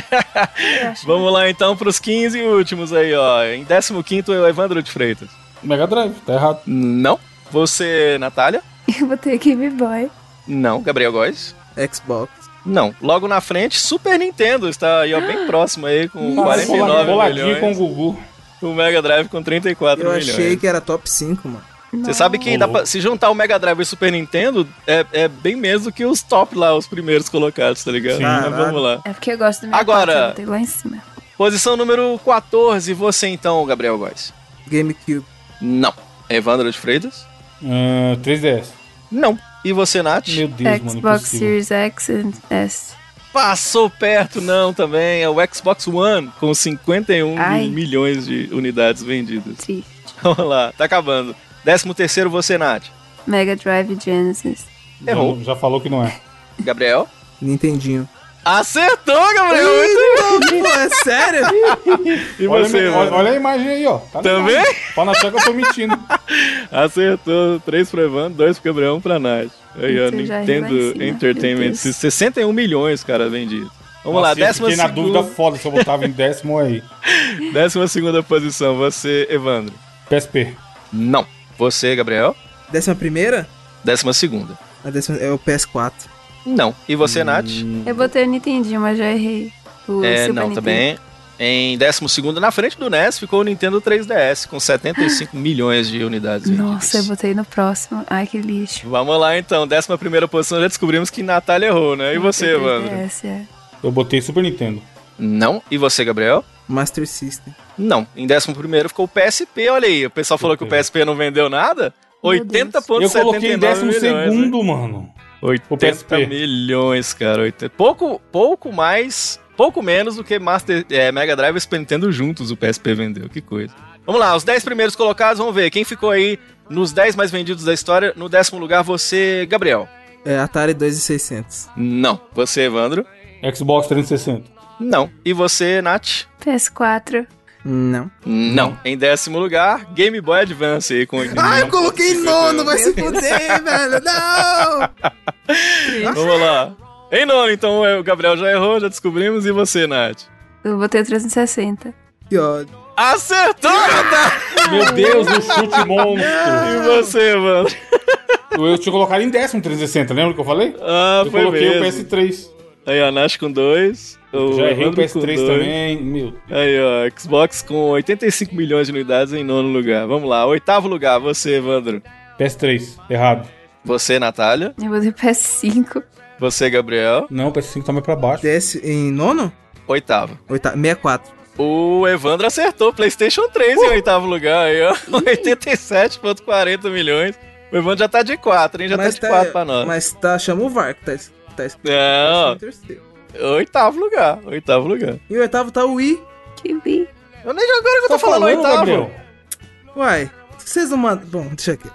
[SPEAKER 2] Vamos lá então pros 15 últimos aí, ó. Em 15 é o Evandro de Freitas.
[SPEAKER 1] Mega Drive, tá errado.
[SPEAKER 2] Não. Você, Natália?
[SPEAKER 4] Eu botei Game Boy.
[SPEAKER 2] Não. Gabriel Góes?
[SPEAKER 3] Xbox.
[SPEAKER 2] Não. Logo na frente, Super Nintendo está aí, ó, bem próximo aí, com
[SPEAKER 1] Nossa,
[SPEAKER 2] 49
[SPEAKER 1] boladinho
[SPEAKER 2] milhões.
[SPEAKER 1] com o Gugu.
[SPEAKER 2] O Mega Drive com 34
[SPEAKER 3] Eu
[SPEAKER 2] milhões.
[SPEAKER 3] achei que era top 5, mano.
[SPEAKER 2] Você sabe que dá pra- se juntar o Mega Drive e o Super Nintendo, é, é bem menos do que os top lá, os primeiros colocados, tá ligado?
[SPEAKER 1] Sim.
[SPEAKER 2] Mas
[SPEAKER 3] Caralho.
[SPEAKER 2] vamos lá.
[SPEAKER 4] É porque eu gosto do meu
[SPEAKER 2] Agora-
[SPEAKER 4] quarto, eu botei lá em cima.
[SPEAKER 2] Posição número 14, você então, Gabriel Góes.
[SPEAKER 3] GameCube.
[SPEAKER 2] Não. Evandro de Freitas?
[SPEAKER 1] Ah, 3DS.
[SPEAKER 2] Não. E você, Nath?
[SPEAKER 1] Meu Deus, mano,
[SPEAKER 4] Xbox
[SPEAKER 1] impossível.
[SPEAKER 4] Series X e S.
[SPEAKER 2] Passou perto, não, também. É o Xbox One com 51
[SPEAKER 4] Ai.
[SPEAKER 2] milhões de unidades vendidas.
[SPEAKER 4] Tri.
[SPEAKER 2] Vamos lá, tá acabando. 13 terceiro, você, Nath.
[SPEAKER 4] Mega Drive Genesis.
[SPEAKER 2] Errou.
[SPEAKER 1] Já, já falou que não é.
[SPEAKER 2] Gabriel?
[SPEAKER 3] Nintendinho.
[SPEAKER 2] Acertou, Gabriel!
[SPEAKER 3] Pô, é sério?
[SPEAKER 2] E
[SPEAKER 1] olha,
[SPEAKER 2] você,
[SPEAKER 1] olha-
[SPEAKER 2] mano?
[SPEAKER 1] olha a imagem aí, ó. Tá na
[SPEAKER 2] Também?
[SPEAKER 1] imagem. Pra não achar que eu tô mentindo.
[SPEAKER 2] Acertou. 3 pro Evandro, 2 pro Gabriel, 1 pra Nath. Aí, ó,
[SPEAKER 4] Então já vai em
[SPEAKER 2] Nintendo
[SPEAKER 4] cima, meu
[SPEAKER 2] Entertainment.
[SPEAKER 4] Deus.
[SPEAKER 2] 61 milhões, cara, vendido. Vamos lá,
[SPEAKER 1] Nossa, eu
[SPEAKER 2] décima
[SPEAKER 1] Fiquei na dúvida
[SPEAKER 2] segunda,
[SPEAKER 1] foda se eu botava em décimo aí.
[SPEAKER 2] décima segunda posição, você, Evandro.
[SPEAKER 1] PSP.
[SPEAKER 2] Não. Você, Gabriel.
[SPEAKER 3] Décima primeira?
[SPEAKER 2] Décima segunda.
[SPEAKER 3] A décima é o PS4.
[SPEAKER 2] Não. E você, Nath?
[SPEAKER 4] Eu botei o Nintendinho, mas já errei. O
[SPEAKER 2] É,
[SPEAKER 4] Hum. Super
[SPEAKER 2] não,
[SPEAKER 4] Nintendo.
[SPEAKER 2] também. Em 12 na frente do NES ficou o Nintendo 3DS, com 75 milhões de unidades
[SPEAKER 4] Nossa, eu
[SPEAKER 2] vendidas.
[SPEAKER 4] botei no próximo. Ai, que lixo.
[SPEAKER 2] Vamos lá então, 11 posição, já descobrimos que Natália errou, né? E você, Evandro?
[SPEAKER 4] 3DS, é.
[SPEAKER 1] Eu botei Super Nintendo.
[SPEAKER 2] Não. E você, Gabriel?
[SPEAKER 3] Master System.
[SPEAKER 2] Não. Em 11 ficou o PSP, olha aí. O pessoal falou que o PSP não vendeu nada?
[SPEAKER 4] Meu Deus.
[SPEAKER 2] 80,79
[SPEAKER 1] eu coloquei em décimo
[SPEAKER 2] milhões, né?
[SPEAKER 1] segundo, mano.
[SPEAKER 2] 80
[SPEAKER 1] PSP.
[SPEAKER 2] milhões, cara. 80. Pouco, pouco mais, pouco menos do que Master, é, Mega Drive e Super Nintendo juntos o PSP vendeu. Que coisa. Vamos lá, os 10 primeiros colocados, vamos ver. Quem ficou aí nos 10 mais vendidos da história? No décimo lugar, você, Gabriel.
[SPEAKER 3] É, Atari 2600.
[SPEAKER 2] Não. Você, Evandro?
[SPEAKER 1] Xbox 360.
[SPEAKER 2] Não. E você, Nath?
[SPEAKER 4] PS4.
[SPEAKER 3] Não.
[SPEAKER 2] Não. Em décimo lugar, Game Boy Advance aí com
[SPEAKER 3] Ah, eu coloquei nono, vai se fuder, velho. Não!
[SPEAKER 2] Vamos lá. Em nono, então, é, o Gabriel já errou, já descobrimos. E você, Nath?
[SPEAKER 4] Eu botei o 360.
[SPEAKER 3] Que ódio.
[SPEAKER 2] Acertou, Natália!
[SPEAKER 1] Meu Deus, o chute
[SPEAKER 2] E
[SPEAKER 1] monstro.
[SPEAKER 2] você, Evandro?
[SPEAKER 1] Eu tinha colocado em décimo 360, lembra que eu falei?
[SPEAKER 2] Ah,
[SPEAKER 1] Eu
[SPEAKER 2] foi
[SPEAKER 1] coloquei
[SPEAKER 2] mesmo.
[SPEAKER 1] o PS3.
[SPEAKER 2] Aí, ó, Nash com 2.
[SPEAKER 1] Já errei o PS3 também. Meu,
[SPEAKER 2] Aí, ó, Xbox com 85 milhões de unidades em nono lugar. Vamos lá, oitavo lugar, você, Evandro.
[SPEAKER 1] PS3, errado.
[SPEAKER 2] Você, Natália.
[SPEAKER 4] Eu botei o PS5.
[SPEAKER 2] Você, Gabriel.
[SPEAKER 1] Não, o PS5 tá mais pra baixo.
[SPEAKER 3] Desce em nono?
[SPEAKER 2] Oitavo.
[SPEAKER 3] Oitavo. 64.
[SPEAKER 2] O Evandro acertou, PlayStation 3
[SPEAKER 1] Uh!
[SPEAKER 2] em oitavo lugar, aí, ó. 87,40 milhões. O Evandro já tá de 4, hein? Já tá de 4 pra Ah, nós.
[SPEAKER 3] Mas tá, chama o VAR, que tá, es- tá escrito
[SPEAKER 2] Não,
[SPEAKER 3] em terceiro.
[SPEAKER 2] oitavo lugar, oitavo lugar.
[SPEAKER 3] E o oitavo tá o Wii.
[SPEAKER 4] Que bi.
[SPEAKER 2] Eu nem agora
[SPEAKER 1] Tá
[SPEAKER 2] que eu tô falando, oitavo.
[SPEAKER 3] Uai, vocês não mandam... Bom, deixa aqui.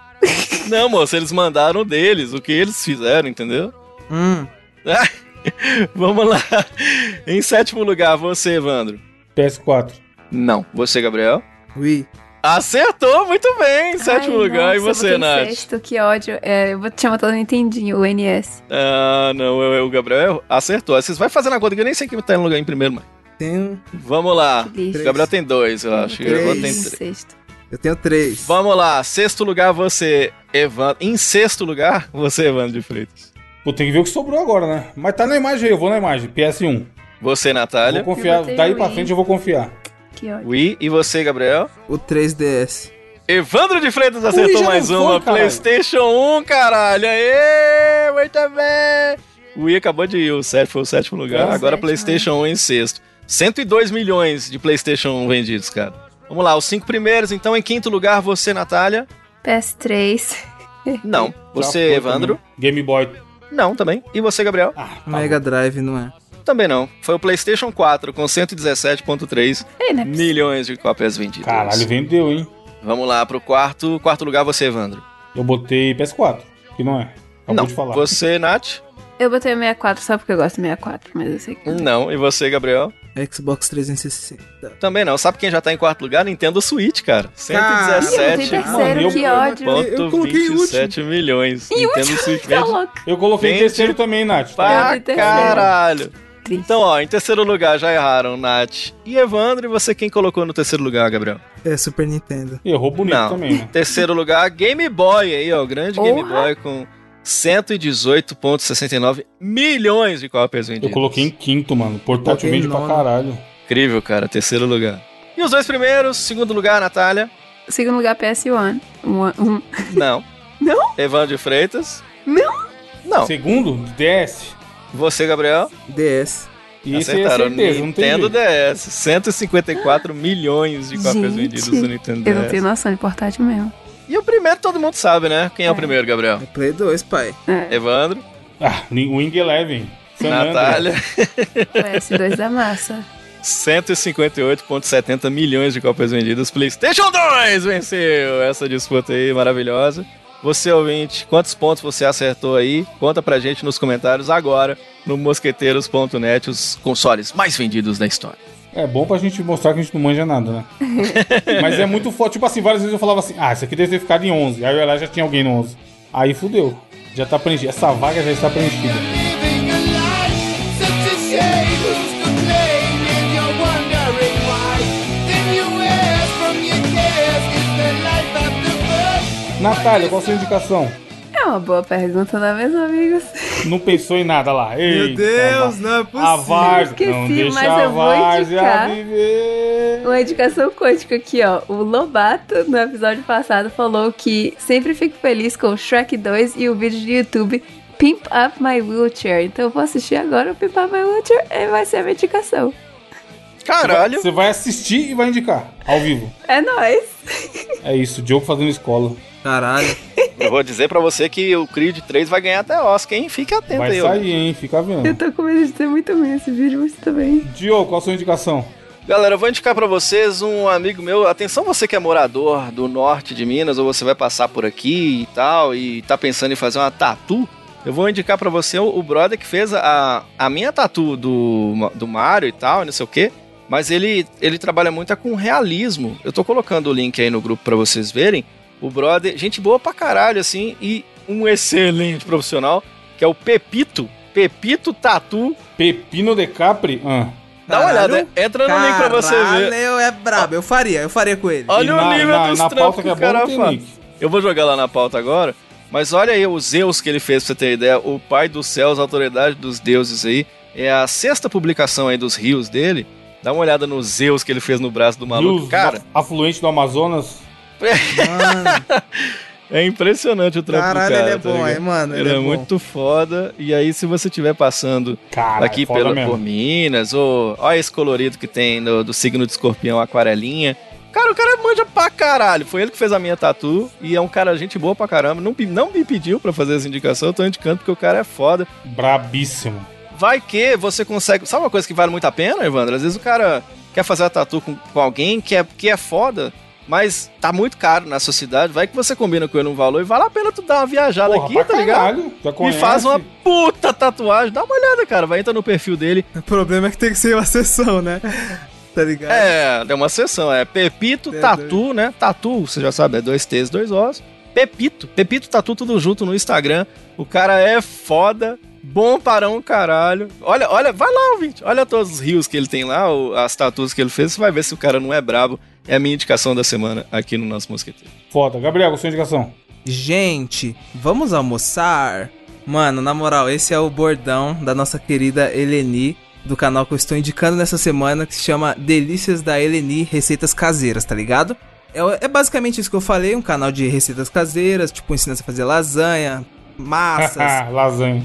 [SPEAKER 2] Não, moço, eles mandaram deles, o que eles fizeram, entendeu?
[SPEAKER 3] Hum,
[SPEAKER 2] Vamos lá. Em sétimo lugar, você, Evandro.
[SPEAKER 1] PS4.
[SPEAKER 2] Não. Você, Gabriel?
[SPEAKER 3] Wii.
[SPEAKER 2] Acertou, muito bem. Em sétimo
[SPEAKER 4] Ai,
[SPEAKER 2] lugar. e
[SPEAKER 4] nossa, eu
[SPEAKER 2] você,
[SPEAKER 4] botei
[SPEAKER 2] Nath?
[SPEAKER 4] Sexto, que ódio. É, eu vou te chamar todo Nintendinho, o NS.
[SPEAKER 2] Ah, não. eu- eu- o Gabriel acertou. Vocês vai fazendo a conta que eu nem sei quem tá em lugar em primeiro, mas...
[SPEAKER 3] Tenho...
[SPEAKER 2] Vamos lá.
[SPEAKER 4] Que lixo.
[SPEAKER 2] O Gabriel tem dois, eu acho.
[SPEAKER 4] botei
[SPEAKER 2] Eu vou
[SPEAKER 3] três.
[SPEAKER 4] o
[SPEAKER 2] ter
[SPEAKER 4] em
[SPEAKER 2] três.
[SPEAKER 4] sexto.
[SPEAKER 3] Eu tenho três.
[SPEAKER 2] Vamos lá. Sexto lugar, você, Evandro. Em sexto lugar, você, Evandro de Freitas.
[SPEAKER 1] Vou ter que ver o que sobrou agora, né? Mas tá na imagem aí, eu vou na imagem. PS1.
[SPEAKER 2] Você, Natália.
[SPEAKER 1] Vou confiar.
[SPEAKER 4] Eu botei
[SPEAKER 1] Daí
[SPEAKER 4] o
[SPEAKER 1] pra
[SPEAKER 4] i.
[SPEAKER 1] frente eu vou confiar.
[SPEAKER 4] Que ódio.
[SPEAKER 2] Wii. E você, Gabriel?
[SPEAKER 3] O 3DS.
[SPEAKER 2] Evandro de Freitas
[SPEAKER 1] Ui,
[SPEAKER 2] acertou
[SPEAKER 1] já
[SPEAKER 2] mais
[SPEAKER 1] não
[SPEAKER 2] uma.
[SPEAKER 1] foi, caralho.
[SPEAKER 2] PlayStation 1, caralho. Aê, muito bem. O Wii acabou de ir, o sétimo foi o sétimo lugar.
[SPEAKER 1] É,
[SPEAKER 2] Agora
[SPEAKER 4] sétimo,
[SPEAKER 2] PlayStation 1 em sexto. 102 milhões de PlayStation 1 vendidos, cara. Vamos lá, os cinco primeiros. Então, em quinto lugar, você, Natália?
[SPEAKER 4] PS3.
[SPEAKER 2] Não.
[SPEAKER 1] Já
[SPEAKER 2] Você,
[SPEAKER 1] foi
[SPEAKER 2] Evandro?
[SPEAKER 1] também. Game Boy.
[SPEAKER 2] Não, também. E você, Gabriel?
[SPEAKER 1] Ah, tá
[SPEAKER 3] Mega Drive, não é?
[SPEAKER 2] Também não. Foi o PlayStation 4 com 117,3
[SPEAKER 4] Ei, né?
[SPEAKER 2] milhões de cópias vendidas.
[SPEAKER 1] É Caralho, vendeu, hein?
[SPEAKER 2] Vamos lá pro quarto. Quarto lugar, você, Evandro.
[SPEAKER 1] Eu botei PS4, que não é. Acabou
[SPEAKER 2] não.
[SPEAKER 1] de falar.
[SPEAKER 2] Você, Nath?
[SPEAKER 4] Eu botei o 64 só porque eu gosto do 64, mas eu sei que.
[SPEAKER 2] Não. E você, Gabriel?
[SPEAKER 3] Xbox 360.
[SPEAKER 2] Também não. Sabe quem já tá em quarto lugar? Nintendo Switch, cara.
[SPEAKER 3] Cara,
[SPEAKER 4] Ih, eu
[SPEAKER 2] 117
[SPEAKER 4] tô em terceiro,
[SPEAKER 1] mano,
[SPEAKER 4] que
[SPEAKER 1] eu-
[SPEAKER 4] ódio.
[SPEAKER 2] ponto
[SPEAKER 3] Eu coloquei em
[SPEAKER 2] 27 milhões.
[SPEAKER 4] Em
[SPEAKER 2] Nintendo Switch
[SPEAKER 4] Tá
[SPEAKER 2] mesmo.
[SPEAKER 4] louco.
[SPEAKER 1] Eu coloquei em
[SPEAKER 2] Gente.
[SPEAKER 1] terceiro também, Nath.
[SPEAKER 4] Eu
[SPEAKER 2] Pra
[SPEAKER 4] vi terceiro.
[SPEAKER 2] caralho.
[SPEAKER 4] Triste.
[SPEAKER 2] Então, ó, em terceiro lugar já erraram Nath e Evandro. E você quem colocou no terceiro lugar, Gabriel?
[SPEAKER 3] É, Super Nintendo.
[SPEAKER 1] Errou bonito
[SPEAKER 2] Não.
[SPEAKER 1] também, né?
[SPEAKER 2] Terceiro lugar, Game Boy aí, ó. o Grande
[SPEAKER 4] Porra.
[SPEAKER 2] Game Boy com 118,69 milhões de cópias vendidas.
[SPEAKER 1] Eu coloquei em quinto, mano. Portátil
[SPEAKER 3] Coloquei em
[SPEAKER 1] vende pra
[SPEAKER 3] nono.
[SPEAKER 1] caralho.
[SPEAKER 2] Incrível, cara. Terceiro lugar. E os dois primeiros, segundo lugar, Natália.
[SPEAKER 4] Segundo lugar, PS1. Um, um.
[SPEAKER 2] Não.
[SPEAKER 4] Não?
[SPEAKER 2] Evandro de Freitas.
[SPEAKER 4] Não?
[SPEAKER 2] Não.
[SPEAKER 1] Segundo, DS.
[SPEAKER 2] Você, Gabriel.
[SPEAKER 3] DS.
[SPEAKER 1] E isso aí é
[SPEAKER 2] acertaram.
[SPEAKER 1] certeza, não tem
[SPEAKER 2] Nintendo
[SPEAKER 1] jeito.
[SPEAKER 2] DS. 154 milhões de cópias
[SPEAKER 4] Gente,
[SPEAKER 2] vendidas do Nintendo DS.
[SPEAKER 4] Eu não tenho noção de portátil mesmo.
[SPEAKER 2] E o primeiro todo mundo sabe, né? Quem é, o
[SPEAKER 4] É.
[SPEAKER 2] primeiro, Gabriel?
[SPEAKER 3] É Play 2, pai.
[SPEAKER 4] É,
[SPEAKER 2] Evandro,
[SPEAKER 1] Ah, Wing Eleven. San Andreas.
[SPEAKER 2] Natália,
[SPEAKER 4] é. PS2 da é massa.
[SPEAKER 2] 158,70 milhões de cópias vendidas. PlayStation 2 venceu essa disputa aí maravilhosa. Você, ouvinte, quantos pontos você acertou aí? Conta pra gente nos comentários agora no mosqueteiros.net, os consoles mais vendidos da história.
[SPEAKER 1] É bom pra gente mostrar que a gente não manja nada, né? Mas é muito forte. Tipo assim, várias vezes eu falava assim, ah, isso aqui deve ter ficado em 11. Aí eu ia lá e já tinha alguém no 11. Aí fudeu. Já tá preenchida. Essa vaga já está preenchida. Natália, qual a sua indicação?
[SPEAKER 4] É uma boa pergunta, não é mesmo, amigos?
[SPEAKER 1] Não pensou em nada lá. Eita,
[SPEAKER 3] Meu Deus,
[SPEAKER 1] va-
[SPEAKER 3] não é
[SPEAKER 1] A
[SPEAKER 3] possível.
[SPEAKER 1] várzea.
[SPEAKER 4] Esqueci,
[SPEAKER 1] não deixa
[SPEAKER 4] mas
[SPEAKER 1] a
[SPEAKER 4] eu vou
[SPEAKER 1] várzea
[SPEAKER 4] indicar.
[SPEAKER 1] viver.
[SPEAKER 4] Uma indicação quântica aqui, ó. O Lobato, no episódio passado, falou que sempre fico feliz com o Shrek 2 e o vídeo de YouTube Pimp Up My Wheelchair. Então eu vou assistir agora o Pimp Up My Wheelchair e vai ser a minha indicação.
[SPEAKER 2] Caralho!
[SPEAKER 1] Você vai assistir e vai indicar, ao vivo.
[SPEAKER 4] É nóis!
[SPEAKER 1] É isso, Diogo fazendo escola.
[SPEAKER 3] Caralho.
[SPEAKER 2] Eu vou dizer pra você que o Creed 3 vai ganhar até Oscar, hein? Fique atento
[SPEAKER 1] Vai
[SPEAKER 2] aí, ó.
[SPEAKER 1] sair, hein? Fica
[SPEAKER 4] Eu
[SPEAKER 1] vendo.
[SPEAKER 4] tô com medo de ser muito ruim esse vídeo, mas tudo bem.
[SPEAKER 1] Diogo, qual a sua indicação?
[SPEAKER 2] Galera, eu vou indicar pra vocês um amigo meu. Atenção, você que é morador do norte de Minas, ou você vai passar por aqui e tal, e tá pensando em fazer uma tatu. Eu vou indicar pra você o, o brother que fez a, a minha tatu do, Ma- do Mario e tal, e não sei o quê. Mas ele, ele trabalha muito é com realismo. Eu tô colocando o link aí no grupo pra vocês verem. O brother, gente boa pra caralho, assim, e um excelente profissional, que é o Pepito. Pepito Tatu.
[SPEAKER 1] Pepino de Capri? Ah.
[SPEAKER 2] Dá uma
[SPEAKER 3] Caralho.
[SPEAKER 2] olhada, entra no link pra você ver.
[SPEAKER 3] Caralho, é brabo. Eu faria, eu faria com ele.
[SPEAKER 1] E
[SPEAKER 2] Olha o
[SPEAKER 1] na,
[SPEAKER 2] nível
[SPEAKER 1] na,
[SPEAKER 2] dos
[SPEAKER 1] na
[SPEAKER 2] trampos
[SPEAKER 1] pauta
[SPEAKER 2] que
[SPEAKER 1] que é
[SPEAKER 2] o
[SPEAKER 1] bom,
[SPEAKER 2] cara
[SPEAKER 1] tem
[SPEAKER 2] faz.
[SPEAKER 1] link.
[SPEAKER 2] Eu vou jogar lá na pauta agora, mas olha aí o Zeus que ele fez, pra você ter ideia, o pai dos céus, a autoridade dos deuses aí. É a sexta publicação aí dos rios dele. Dá uma olhada no Zeus que ele fez no braço do maluco.
[SPEAKER 1] Blues,
[SPEAKER 2] Cara,
[SPEAKER 1] afluente do Amazonas.
[SPEAKER 3] Mano,
[SPEAKER 2] é impressionante o trampo
[SPEAKER 3] caralho,
[SPEAKER 2] do cara.
[SPEAKER 3] ele é
[SPEAKER 2] tá
[SPEAKER 3] bom,
[SPEAKER 2] ligado?
[SPEAKER 3] hein, mano.
[SPEAKER 2] Ele é
[SPEAKER 3] bom.
[SPEAKER 2] muito foda. E aí, se você estiver passando
[SPEAKER 1] Cara,
[SPEAKER 2] aqui
[SPEAKER 1] foda
[SPEAKER 2] pela,
[SPEAKER 1] mesmo.
[SPEAKER 2] por Minas, ou olha esse colorido que tem no- do signo de escorpião, aquarelinha. Cara, o cara manja pra caralho. Foi ele que fez a minha tatu e é um cara gente boa pra caramba. Não, pe- não me pediu pra fazer essa indicação, eu tô indicando porque o cara é foda.
[SPEAKER 1] Brabíssimo.
[SPEAKER 2] Vai que você consegue. Sabe uma coisa que vale muito a pena, Evandro? Às vezes o cara quer fazer a tatu com, com alguém que é, que é foda, mas tá muito caro na sociedade. Vai que você combina com ele um valor e vale a pena tu dar uma viajada
[SPEAKER 1] Porra,
[SPEAKER 2] aqui,
[SPEAKER 1] pra
[SPEAKER 2] tá ligado?
[SPEAKER 1] caralho, Já
[SPEAKER 2] E
[SPEAKER 1] conhece.
[SPEAKER 2] faz uma puta tatuagem. Dá uma olhada, cara. Vai entrar no perfil dele.
[SPEAKER 3] O problema é que tem que ser uma sessão, né? Tá ligado?
[SPEAKER 2] É, deu uma sessão. É Pepito,
[SPEAKER 3] É,
[SPEAKER 2] Tatu, né? Tatu, você já sabe, é dois T's, dois O's. Pepito, Pepito, Tatu, tudo junto no Instagram. O cara é foda, bom para um caralho. Olha, olha, vai lá, ouvinte. Olha todos os rios que ele tem lá, o- as tatuas que ele fez. Você vai ver se o cara não é brabo. É a minha indicação da semana aqui no nosso Mosqueteiro.
[SPEAKER 1] Foda. Gabriel, qual a sua indicação?
[SPEAKER 3] Gente, vamos almoçar? Mano, na moral, esse é o bordão da nossa querida Eleni, do canal que eu estou indicando nessa semana, que se chama Delícias da Eleni Receitas Caseiras, tá ligado? É, o- é basicamente isso que eu falei, um canal de receitas caseiras, tipo, ensina a fazer lasanha, massas,
[SPEAKER 1] Lasanha.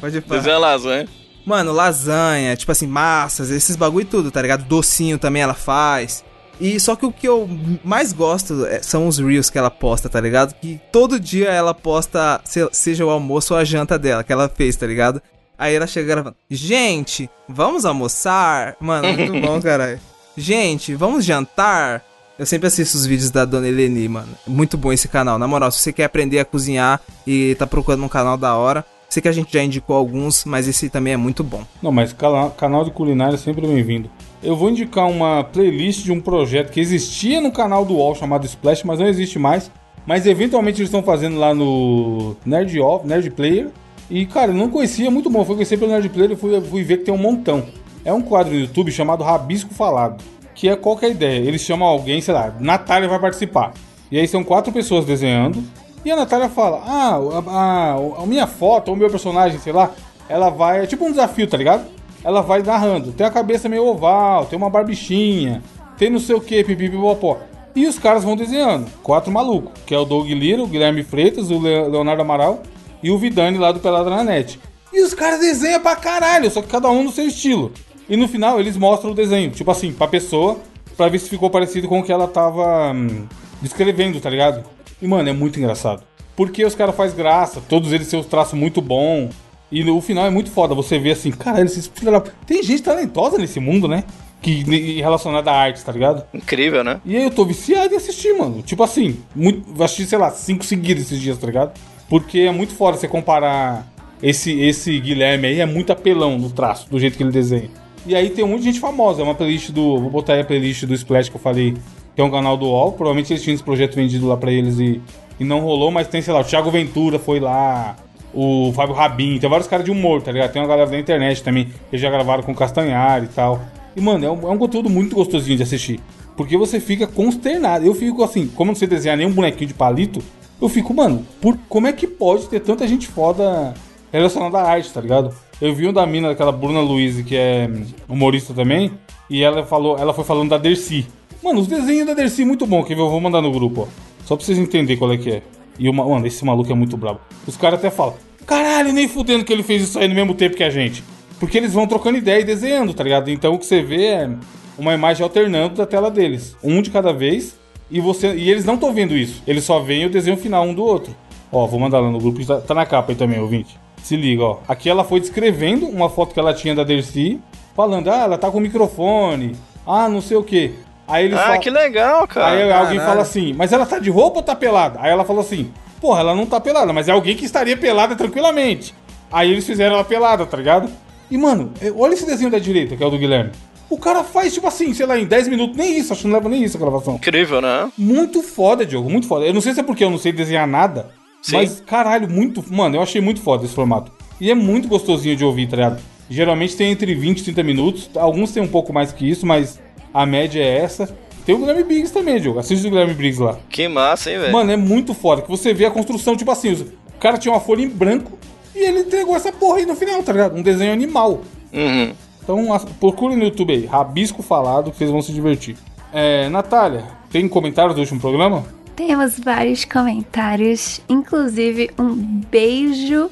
[SPEAKER 3] pode falar.
[SPEAKER 2] Desenha lasanha.
[SPEAKER 3] Mano, lasanha, tipo assim, massas, esses bagulho e tudo, tá ligado? Docinho também ela faz. E só que o que eu mais gosto é- são os reels que ela posta, tá ligado? Que todo dia ela posta, se- seja o almoço ou a janta dela, que ela fez, tá ligado? Aí ela chega gravando, gente, vamos almoçar? Mano, é muito bom, caralho. Gente, vamos jantar? Eu sempre assisto os vídeos da Dona É Eleni, mano. Muito bom esse canal. Na moral, se você quer aprender a cozinhar e tá procurando um canal da hora, Sei que a gente já indicou alguns, mas esse também é muito bom.
[SPEAKER 1] Não, mas cala- canal de culinária é sempre bem-vindo. Eu vou indicar uma playlist de um projeto que existia no canal do UOL chamado Splash, mas não existe mais. Mas eventualmente eles estão fazendo lá no Nerd Off, Nerd Player. E, cara, eu não conhecia, muito bom. Fui conhecer pelo Nerd Player e fui, fui ver que tem um montão. É um quadro no YouTube chamado Rabisco Falado, que é qualquer ideia. Eles chamam alguém, sei lá, Natália vai participar. E aí são quatro pessoas desenhando. E a Natália fala: Ah, a, a- a minha foto, ou o meu personagem, sei lá, ela vai. É tipo um desafio, tá ligado? Ela vai narrando. Tem a cabeça meio oval, tem uma barbichinha, tem não sei o que, pipipipopó. E os caras vão desenhando. Quatro malucos, que é o Doug Lira, o Guilherme Freitas, o Le- Leonardo Amaral e o Vidani lá do Pelada na Net. E os caras desenham pra caralho, só que cada um no seu estilo. E no final eles mostram o desenho, tipo assim, pra pessoa, pra ver se ficou parecido com o que ela tava hum, descrevendo, tá ligado? E, mano, é muito engraçado. Porque os caras fazem graça, todos eles têm os traços muito bom. E no final é muito foda, você vê assim, caralho, esses filhos da... Tem gente talentosa nesse mundo, né? Que e relacionada à arte, tá ligado?
[SPEAKER 2] Incrível, né?
[SPEAKER 1] E aí eu tô viciado em assistir, mano. Tipo assim, muito, assisti, sei lá, cinco seguidos esses dias, tá ligado? Porque é muito foda você comparar esse, esse Guilherme aí, é muito apelão no traço, do jeito que ele desenha. E aí tem um monte de gente famosa, é uma playlist do. Vou botar aí a playlist do Splash que eu falei, que é um canal do UOL. Provavelmente eles tinham esse projeto vendido lá pra eles e, e não rolou, mas tem, sei lá, o Thiago Ventura foi lá, o Fábio Rabin, tem vários caras de humor, tá ligado? Tem uma galera da internet também, que já gravaram com o Castanhar e tal. E, mano, é um, é um conteúdo muito gostosinho de assistir. Porque você fica consternado. Eu fico assim, como eu não sei desenhar nenhum bonequinho de palito, eu fico, mano, por, como é que pode ter tanta gente foda relacionada à arte, tá ligado? Eu vi um da mina, daquela Bruna Luiz, que é hum, humorista também, e ela falou, ela foi falando da Dercy. Mano, os desenhos da Dercy é muito bom, que eu vou mandar no grupo, ó. Só pra vocês entenderem qual é que é. E o ma- mano, esse maluco é muito brabo. Os caras até falam, caralho, nem fudendo que ele fez isso aí no mesmo tempo que a gente. Porque eles vão trocando ideia e desenhando, tá ligado? Então o que você vê é uma imagem alternando da tela deles. Um de cada vez. E, você, e eles não estão vendo isso. Eles só veem o desenho final um do outro. Ó, vou mandar lá no grupo. Tá, tá na capa aí também, ouvinte. Se liga, ó. Aqui ela foi descrevendo uma foto que ela tinha da Dercy. Falando, ah, ela tá com o microfone. Ah, não sei o quê. Aí eles
[SPEAKER 2] Ah,
[SPEAKER 1] falam-
[SPEAKER 2] que legal,
[SPEAKER 1] Aí
[SPEAKER 2] cara.
[SPEAKER 1] alguém fala assim, mas ela tá de roupa ou tá pelada? Aí ela falou assim, porra, ela não tá pelada, mas é alguém que estaria pelada tranquilamente. Aí eles fizeram ela pelada, tá ligado? E, mano, é- olha esse desenho da direita, que é o do Guilherme. O cara faz, tipo assim, sei lá, em 10 minutos, nem isso, acho que não leva nem isso a gravação.
[SPEAKER 2] Incrível, né?
[SPEAKER 1] Muito foda, Diogo, muito foda. Eu não sei se é porque eu não sei desenhar nada,
[SPEAKER 2] Sim.
[SPEAKER 1] mas caralho, muito. Mano, eu achei muito foda esse formato. E é muito gostosinho de ouvir, tá ligado? Geralmente tem entre 20 e 30 minutos, alguns tem um pouco mais que isso, mas a média é essa. Tem o Guilherme Briggs também, Diogo. Assiste o Guilherme Briggs lá.
[SPEAKER 2] Que massa, hein, velho?
[SPEAKER 1] Mano, é muito foda, que você vê a construção, tipo assim, os- o cara tinha uma folha em branco e ele entregou essa porra aí no final, tá ligado? Um desenho animal.
[SPEAKER 2] Uhum.
[SPEAKER 1] Então as- procure no YouTube aí, Rabisco Falado, que vocês vão se divertir. É, Natália, tem comentário do último programa?
[SPEAKER 4] Temos vários comentários, inclusive um beijo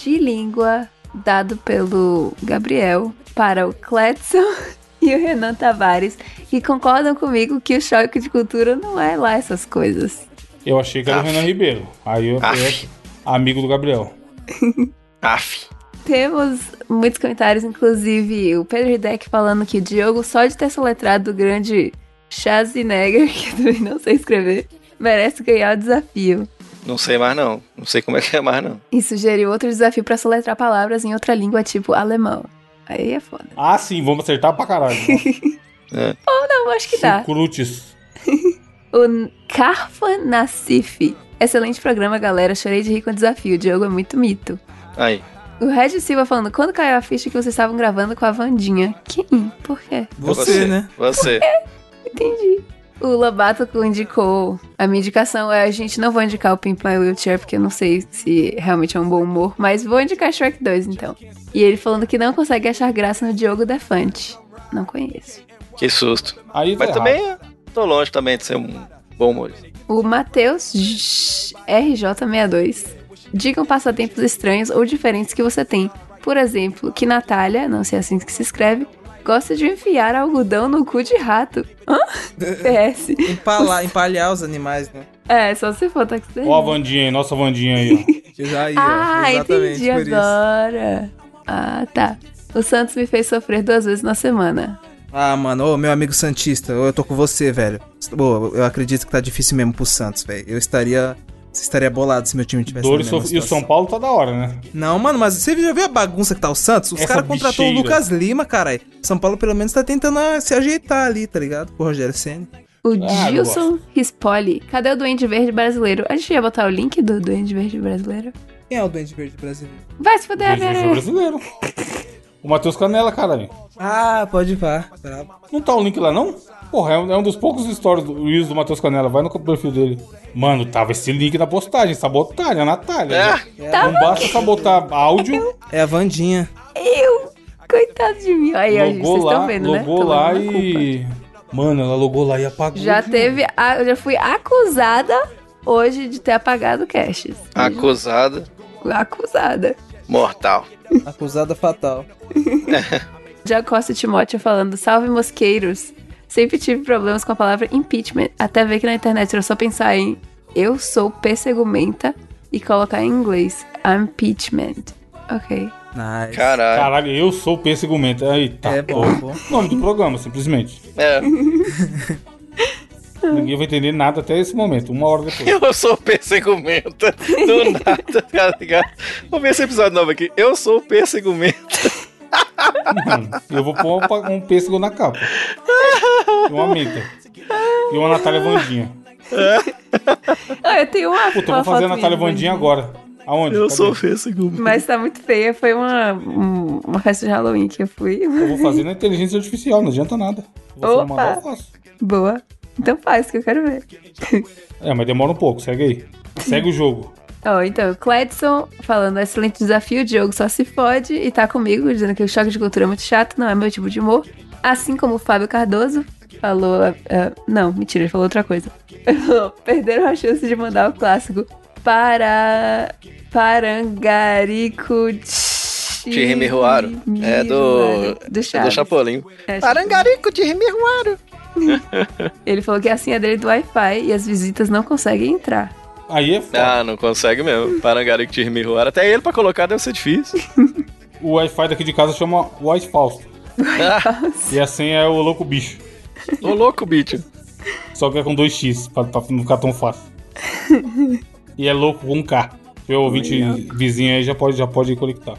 [SPEAKER 4] de língua dado pelo Gabriel para o Cletson e o Renan Tavares, que concordam comigo que o choque de cultura não é lá essas coisas.
[SPEAKER 1] Eu achei que era o
[SPEAKER 2] Aff.
[SPEAKER 1] Renan Ribeiro. Aí eu, eu
[SPEAKER 2] Aff.
[SPEAKER 1] amigo do Gabriel.
[SPEAKER 2] Aff.
[SPEAKER 4] Temos muitos comentários, inclusive o Pedro Hideck falando que o Diogo, só de ter soletrado o grande Schwarzenegger, que eu também não sei escrever, merece ganhar o desafio.
[SPEAKER 2] Não sei mais, não. Não sei como é que é mais, não.
[SPEAKER 4] E sugeriu outro desafio pra soletrar palavras em outra língua, tipo alemão. Aí é foda.
[SPEAKER 1] Ah, sim, vamos acertar pra caralho.
[SPEAKER 2] É.
[SPEAKER 4] Não, acho que dá.
[SPEAKER 1] Sucrutes.
[SPEAKER 4] O Carfa Nassif. Excelente programa, galera. Chorei de rir com o desafio. O Diogo é muito mito.
[SPEAKER 2] Aí.
[SPEAKER 4] O Regis Silva falando, quando caiu a ficha que vocês estavam gravando com a Vandinha? Quem? Por quê?
[SPEAKER 2] É
[SPEAKER 3] Você, né?
[SPEAKER 2] Você.
[SPEAKER 4] Entendi. O Lobato indicou. A minha indicação é a gente não vou indicar o Pimp My Wheelchair, porque eu não sei se realmente é um bom humor, mas vou indicar Shrek 2, então. E ele falando que não consegue achar graça no Diogo Defante. Não conheço.
[SPEAKER 2] Que susto.
[SPEAKER 1] Aí tá
[SPEAKER 2] Mas
[SPEAKER 1] errado.
[SPEAKER 2] também eh, tô longe também de ser um bom humorista.
[SPEAKER 4] O Matheus J- RJ62. Digam um passatempos estranhos ou diferentes que você tem. Por exemplo, que Natália, não sei assim que se escreve, gosta de enfiar algodão no cu de rato. Hã? PS.
[SPEAKER 3] Empalar, empalhar os animais, né?
[SPEAKER 4] É, só se for taxidermista.
[SPEAKER 1] Ó a Vandinha aí, nossa Vandinha aí. ó.
[SPEAKER 3] Já aí, ó,
[SPEAKER 4] Ah,
[SPEAKER 3] exatamente
[SPEAKER 4] entendi
[SPEAKER 3] por
[SPEAKER 4] agora. Ah, tá. O Santos me fez sofrer duas vezes na semana.
[SPEAKER 3] isso. Ah, mano, ô, meu amigo Santista, ô, eu tô com você, velho. Pô, eu acredito que tá difícil mesmo pro Santos, velho. Eu estaria Você estaria bolado se meu time tivesse
[SPEAKER 1] Dores
[SPEAKER 3] na mesma
[SPEAKER 1] sof- e o
[SPEAKER 3] situação.
[SPEAKER 1] São Paulo tá da hora, né?
[SPEAKER 3] Não, mano, mas você já viu a bagunça que tá o Santos? Os
[SPEAKER 1] Essa
[SPEAKER 3] caras contratou o
[SPEAKER 1] bicheira.
[SPEAKER 3] Lucas Lima, caralho. São Paulo pelo menos tá tentando ah, se ajeitar ali, tá ligado? Com o Rogério Senna.
[SPEAKER 4] O
[SPEAKER 1] Ah, eu
[SPEAKER 4] Gilson Rispoli. Cadê o Duende Verde brasileiro? A gente ia botar o link do Duende Verde brasileiro?
[SPEAKER 3] Quem é o Duende Verde brasileiro?
[SPEAKER 4] Vai se fuder,
[SPEAKER 1] Dois
[SPEAKER 4] velho.
[SPEAKER 1] brasileiro. O Matheus Canela, cara.
[SPEAKER 3] Ah, pode ir vá. Brabo.
[SPEAKER 1] Não tá o link lá, não? Porra, é um, é um dos poucos stories do Reels do Matheus Canela. Vai no perfil dele. Mano, tava esse link na postagem. Sabotagem, a Natália.
[SPEAKER 2] É.
[SPEAKER 1] Já- Não basta sabotar áudio,
[SPEAKER 3] É a Vandinha.
[SPEAKER 4] Eu. Coitado de mim. Aí, aí,
[SPEAKER 1] logou
[SPEAKER 4] vocês
[SPEAKER 1] lá,
[SPEAKER 4] estão vendo, né?
[SPEAKER 1] logou
[SPEAKER 4] Tô
[SPEAKER 1] lá
[SPEAKER 4] levando a culpa.
[SPEAKER 1] e... Mano, ela logou lá e apagou.
[SPEAKER 4] Já
[SPEAKER 1] de
[SPEAKER 4] teve. a- eu já fui acusada hoje de ter apagado caches.
[SPEAKER 2] Acusada.
[SPEAKER 4] Acusada.
[SPEAKER 2] Ah, Mortal.
[SPEAKER 3] Acusada fatal.
[SPEAKER 4] Já Costa Timóteo falando, salve mosqueiros. Sempre tive problemas com a palavra impeachment, até ver que na internet era só pensar em eu sou pessegumenta e colocar em inglês impeachment. Ok.
[SPEAKER 3] Nice.
[SPEAKER 2] Caralho.
[SPEAKER 1] Caralho, eu sou o Pêssego Menta. Eita,
[SPEAKER 3] É
[SPEAKER 1] é
[SPEAKER 3] bom, bom.
[SPEAKER 1] Nome do programa, simplesmente.
[SPEAKER 2] É.
[SPEAKER 1] Ninguém vai entender nada até esse momento, uma hora depois.
[SPEAKER 2] Eu sou o Persegumenta. Do nada, tá ligado? Vamos ver esse episódio novo aqui. Eu sou o Persegumenta.
[SPEAKER 1] Mano, eu vou pôr um pa- um pêssego na capa. E uma amiga. E uma Natália Vandinha.
[SPEAKER 4] Ah, eu tenho uma
[SPEAKER 1] Puta, eu
[SPEAKER 4] uma
[SPEAKER 1] vou fazer a
[SPEAKER 4] foto
[SPEAKER 1] Natália
[SPEAKER 4] minha,
[SPEAKER 1] Vandinha agora. Aonde?
[SPEAKER 2] Eu
[SPEAKER 1] Cadê?
[SPEAKER 2] sou o Persegumenta.
[SPEAKER 4] Mas tá muito feia, foi uma, um- uma festa de Halloween que eu fui.
[SPEAKER 1] Eu vou fazer na inteligência artificial, não adianta nada. Eu Vou
[SPEAKER 4] Opa!
[SPEAKER 1] formar, eu faço.
[SPEAKER 4] Boa. Então faz, que eu quero ver.
[SPEAKER 1] É, mas demora um pouco, segue aí. Segue o jogo.
[SPEAKER 4] Ó, então, o Cledson falando, excelente desafio, Diogo só se fode e tá comigo, dizendo que o choque de cultura é muito chato, não é meu tipo de humor. Assim como o Fábio Cardoso falou. ah, não, mentira, ele falou outra coisa. Perderam a chance de mandar o clássico para. Parangarico.
[SPEAKER 2] Chirimiruaro. É do-
[SPEAKER 4] né, Do
[SPEAKER 2] Do
[SPEAKER 4] Chaves.
[SPEAKER 2] Chapolin.
[SPEAKER 4] É,
[SPEAKER 2] Parangarico de Rimirruaro.
[SPEAKER 4] Ele falou que a senha dele é do Wi-Fi e as visitas não conseguem entrar.
[SPEAKER 1] Aí é foda.
[SPEAKER 2] Ah, não consegue mesmo. Parangarico de Rimirruaro. Até ele pra colocar deve ser difícil.
[SPEAKER 1] O Wi-Fi daqui de casa chama White Fausto. E a senha é o louco bicho.
[SPEAKER 2] Ô louco, bicho.
[SPEAKER 1] Só que é com 2x, pra, pra não ficar tão fácil. e é louco com K. Meu ouvinte vizinho aí já pode, já pode conectar.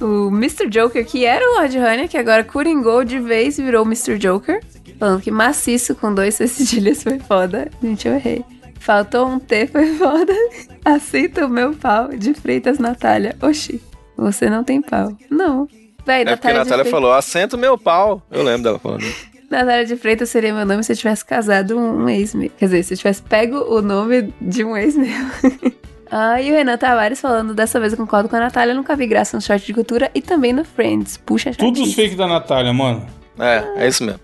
[SPEAKER 4] O Mr. Joker, que era o Lord Honey, que agora coringou de vez e virou o Mr. Joker. Falando que maciço com dois C cedilhas foi foda. Gente, eu errei. Faltou um T, foi foda. Aceita o meu pau de Freitas Natália. Oxi, você não tem pau. Não. Véi,
[SPEAKER 2] É porque a
[SPEAKER 4] Natália, de
[SPEAKER 2] Natália
[SPEAKER 4] Freitas-
[SPEAKER 2] falou, assenta o meu pau. Eu lembro dela falando.
[SPEAKER 4] Natália de Freitas seria meu nome se eu tivesse casado um, um ex meu. Quer dizer, se eu tivesse pego o nome de um ex meu. ah, e o Renan Tavares falando, dessa vez eu concordo com a Natália, nunca vi graça no short de cultura e também no Friends. Puxa,
[SPEAKER 1] Tudo os
[SPEAKER 4] chatice.
[SPEAKER 1] fake da Natália, mano.
[SPEAKER 2] É, é isso mesmo.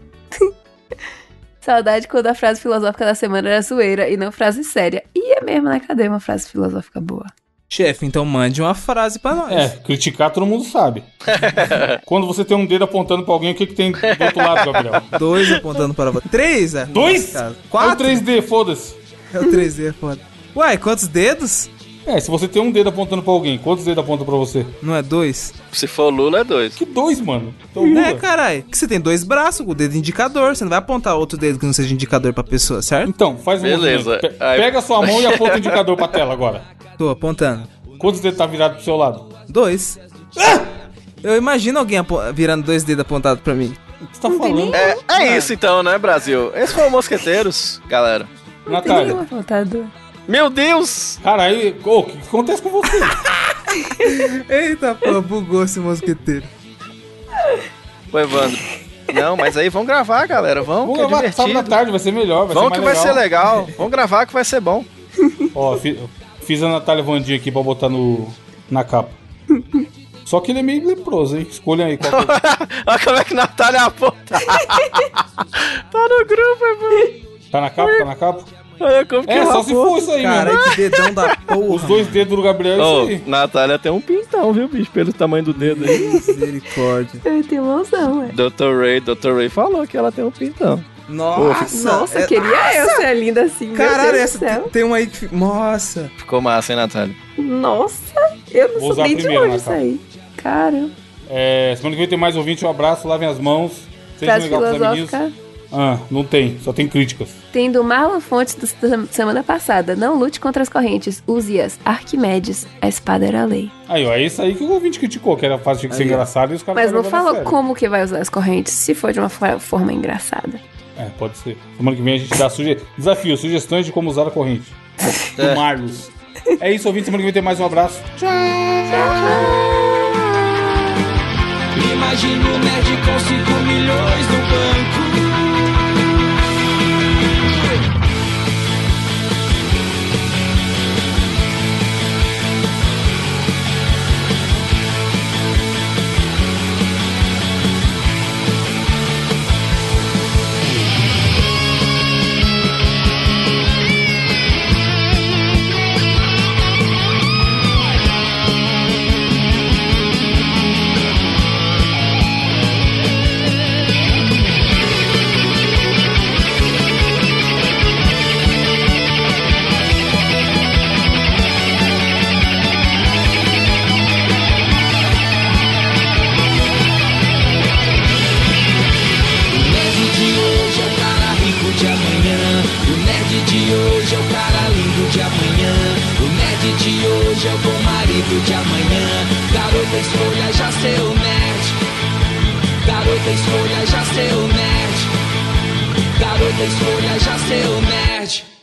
[SPEAKER 4] Saudade quando a frase filosófica da semana era zoeira e não frase séria. E é mesmo, né? Cadê uma frase filosófica boa?
[SPEAKER 3] Chefe, então mande uma frase pra nós.
[SPEAKER 1] É, criticar todo mundo sabe. Quando você tem um dedo apontando pra alguém, o que, que tem do outro lado, Gabriel?
[SPEAKER 3] Dois apontando para você. Três, é?
[SPEAKER 1] Dois?
[SPEAKER 3] Cara,
[SPEAKER 1] Quatro?
[SPEAKER 3] Quatro?
[SPEAKER 1] É o 3D, foda-se.
[SPEAKER 3] É o 3D, foda. Uai, quantos dedos?
[SPEAKER 1] É, se você tem um dedo apontando pra alguém, quantos dedos apontam pra você?
[SPEAKER 3] Não é dois?
[SPEAKER 2] Se for Lula, é dois.
[SPEAKER 1] Que dois, mano. Então,
[SPEAKER 3] Né,
[SPEAKER 1] Lula.
[SPEAKER 3] caralho? Que você tem dois braços com o dedo indicador. Você não vai apontar outro dedo que não seja indicador pra pessoa, certo?
[SPEAKER 1] Então, faz um
[SPEAKER 2] Beleza.
[SPEAKER 1] movimento. Pe-
[SPEAKER 2] Aí-
[SPEAKER 1] Pega sua mão e aponta o indicador pra tela agora.
[SPEAKER 3] Tô apontando.
[SPEAKER 1] Quantos dedos tá virado pro seu lado?
[SPEAKER 3] Dois. Eu imagino alguém apo- virando dois dedos apontados pra mim.
[SPEAKER 1] O que você tá falando?
[SPEAKER 2] É, é isso então, né, Brasil? Esse foi o Mosqueteiros, galera.
[SPEAKER 4] Tem
[SPEAKER 1] Natália,
[SPEAKER 4] nenhuma vontade.
[SPEAKER 2] Meu Deus!
[SPEAKER 1] caralho, ô, o que que acontece com você?
[SPEAKER 3] Eita, pô, bugou esse mosqueteiro.
[SPEAKER 2] O Evandro. Não, mas aí vamos gravar, galera. Vamos,
[SPEAKER 1] Vamos
[SPEAKER 2] que é
[SPEAKER 1] gravar sábado à
[SPEAKER 2] divertido.
[SPEAKER 1] tarde, vai ser melhor, vai
[SPEAKER 2] Vamos
[SPEAKER 1] ser
[SPEAKER 2] que vai
[SPEAKER 1] mais
[SPEAKER 2] ser legal. Vamos gravar que vai ser bom.
[SPEAKER 1] Ó, fi- fiz, a Natália Vandinha aqui pra botar no, na capa. Só que ele é meio leproso, hein? Escolha aí qual que é.
[SPEAKER 2] Olha como é que Natália aponta. tá no grupo, Evandro.
[SPEAKER 1] Tá na capa? Tá na capa?
[SPEAKER 2] Olha como que
[SPEAKER 1] É, só se for isso aí, mano.
[SPEAKER 3] Cara, que dedão da
[SPEAKER 1] Os
[SPEAKER 3] porra.
[SPEAKER 1] dois dedos do Gabriel é isso
[SPEAKER 2] Ô, Natália tem um pintão, viu, bicho? Pelo tamanho do dedo aí.
[SPEAKER 3] Misericórdia.
[SPEAKER 4] Eu tenho mãozão, ué.
[SPEAKER 2] Dr. Ray, Dr. Ray falou que ela tem um pintão.
[SPEAKER 3] Nossa.
[SPEAKER 4] Nossa,
[SPEAKER 3] é-
[SPEAKER 4] queria eu ser linda assim.
[SPEAKER 3] Caralho,
[SPEAKER 4] meu Deus
[SPEAKER 3] essa
[SPEAKER 4] do céu.
[SPEAKER 3] tem- tem uma aí que. fi- Nossa.
[SPEAKER 2] Ficou massa, hein, Natália?
[SPEAKER 4] Nossa, eu não
[SPEAKER 1] Vou
[SPEAKER 4] sou
[SPEAKER 1] usar
[SPEAKER 4] nem de
[SPEAKER 1] primeiro,
[SPEAKER 4] longe isso
[SPEAKER 1] Natália.
[SPEAKER 4] aí. Caramba.
[SPEAKER 1] aí. É, semana que vem tem mais ouvinte, um abraço, lavem as mãos. Sejam
[SPEAKER 4] Frase
[SPEAKER 1] legais com os amiguinhos.
[SPEAKER 4] filosófica
[SPEAKER 1] Ah, não tem, só tem críticas.
[SPEAKER 4] Tem do Marlon Fontes da semana passada. Não lute contra as correntes, use-as. Arquimedes, a espada era a lei.
[SPEAKER 1] Aí, ó, é isso aí que o ouvinte criticou, que era fácil de ser
[SPEAKER 3] Aí, ó.
[SPEAKER 1] engraçado e os caras
[SPEAKER 4] Mas não
[SPEAKER 1] levaram a
[SPEAKER 4] fala
[SPEAKER 1] sério.
[SPEAKER 4] como que vai usar as correntes, se for de uma fo- forma engraçada.
[SPEAKER 1] É, pode ser. Semana que vem a gente dá suge... desafio, sugestões de como usar a corrente. Do Marlos. É isso, ouvinte. Semana que vem tem mais um abraço.
[SPEAKER 6] Imagina o um nerd com 5 milhões no banco. O nerd de hoje é o cara rico de amanhã. O nerd de hoje é o cara lindo de amanhã. O nerd de hoje é o bom marido de amanhã. Garota escolha já ser o nerd. Garota escolha já ser o nerd. Garota escolha já ser o nerd.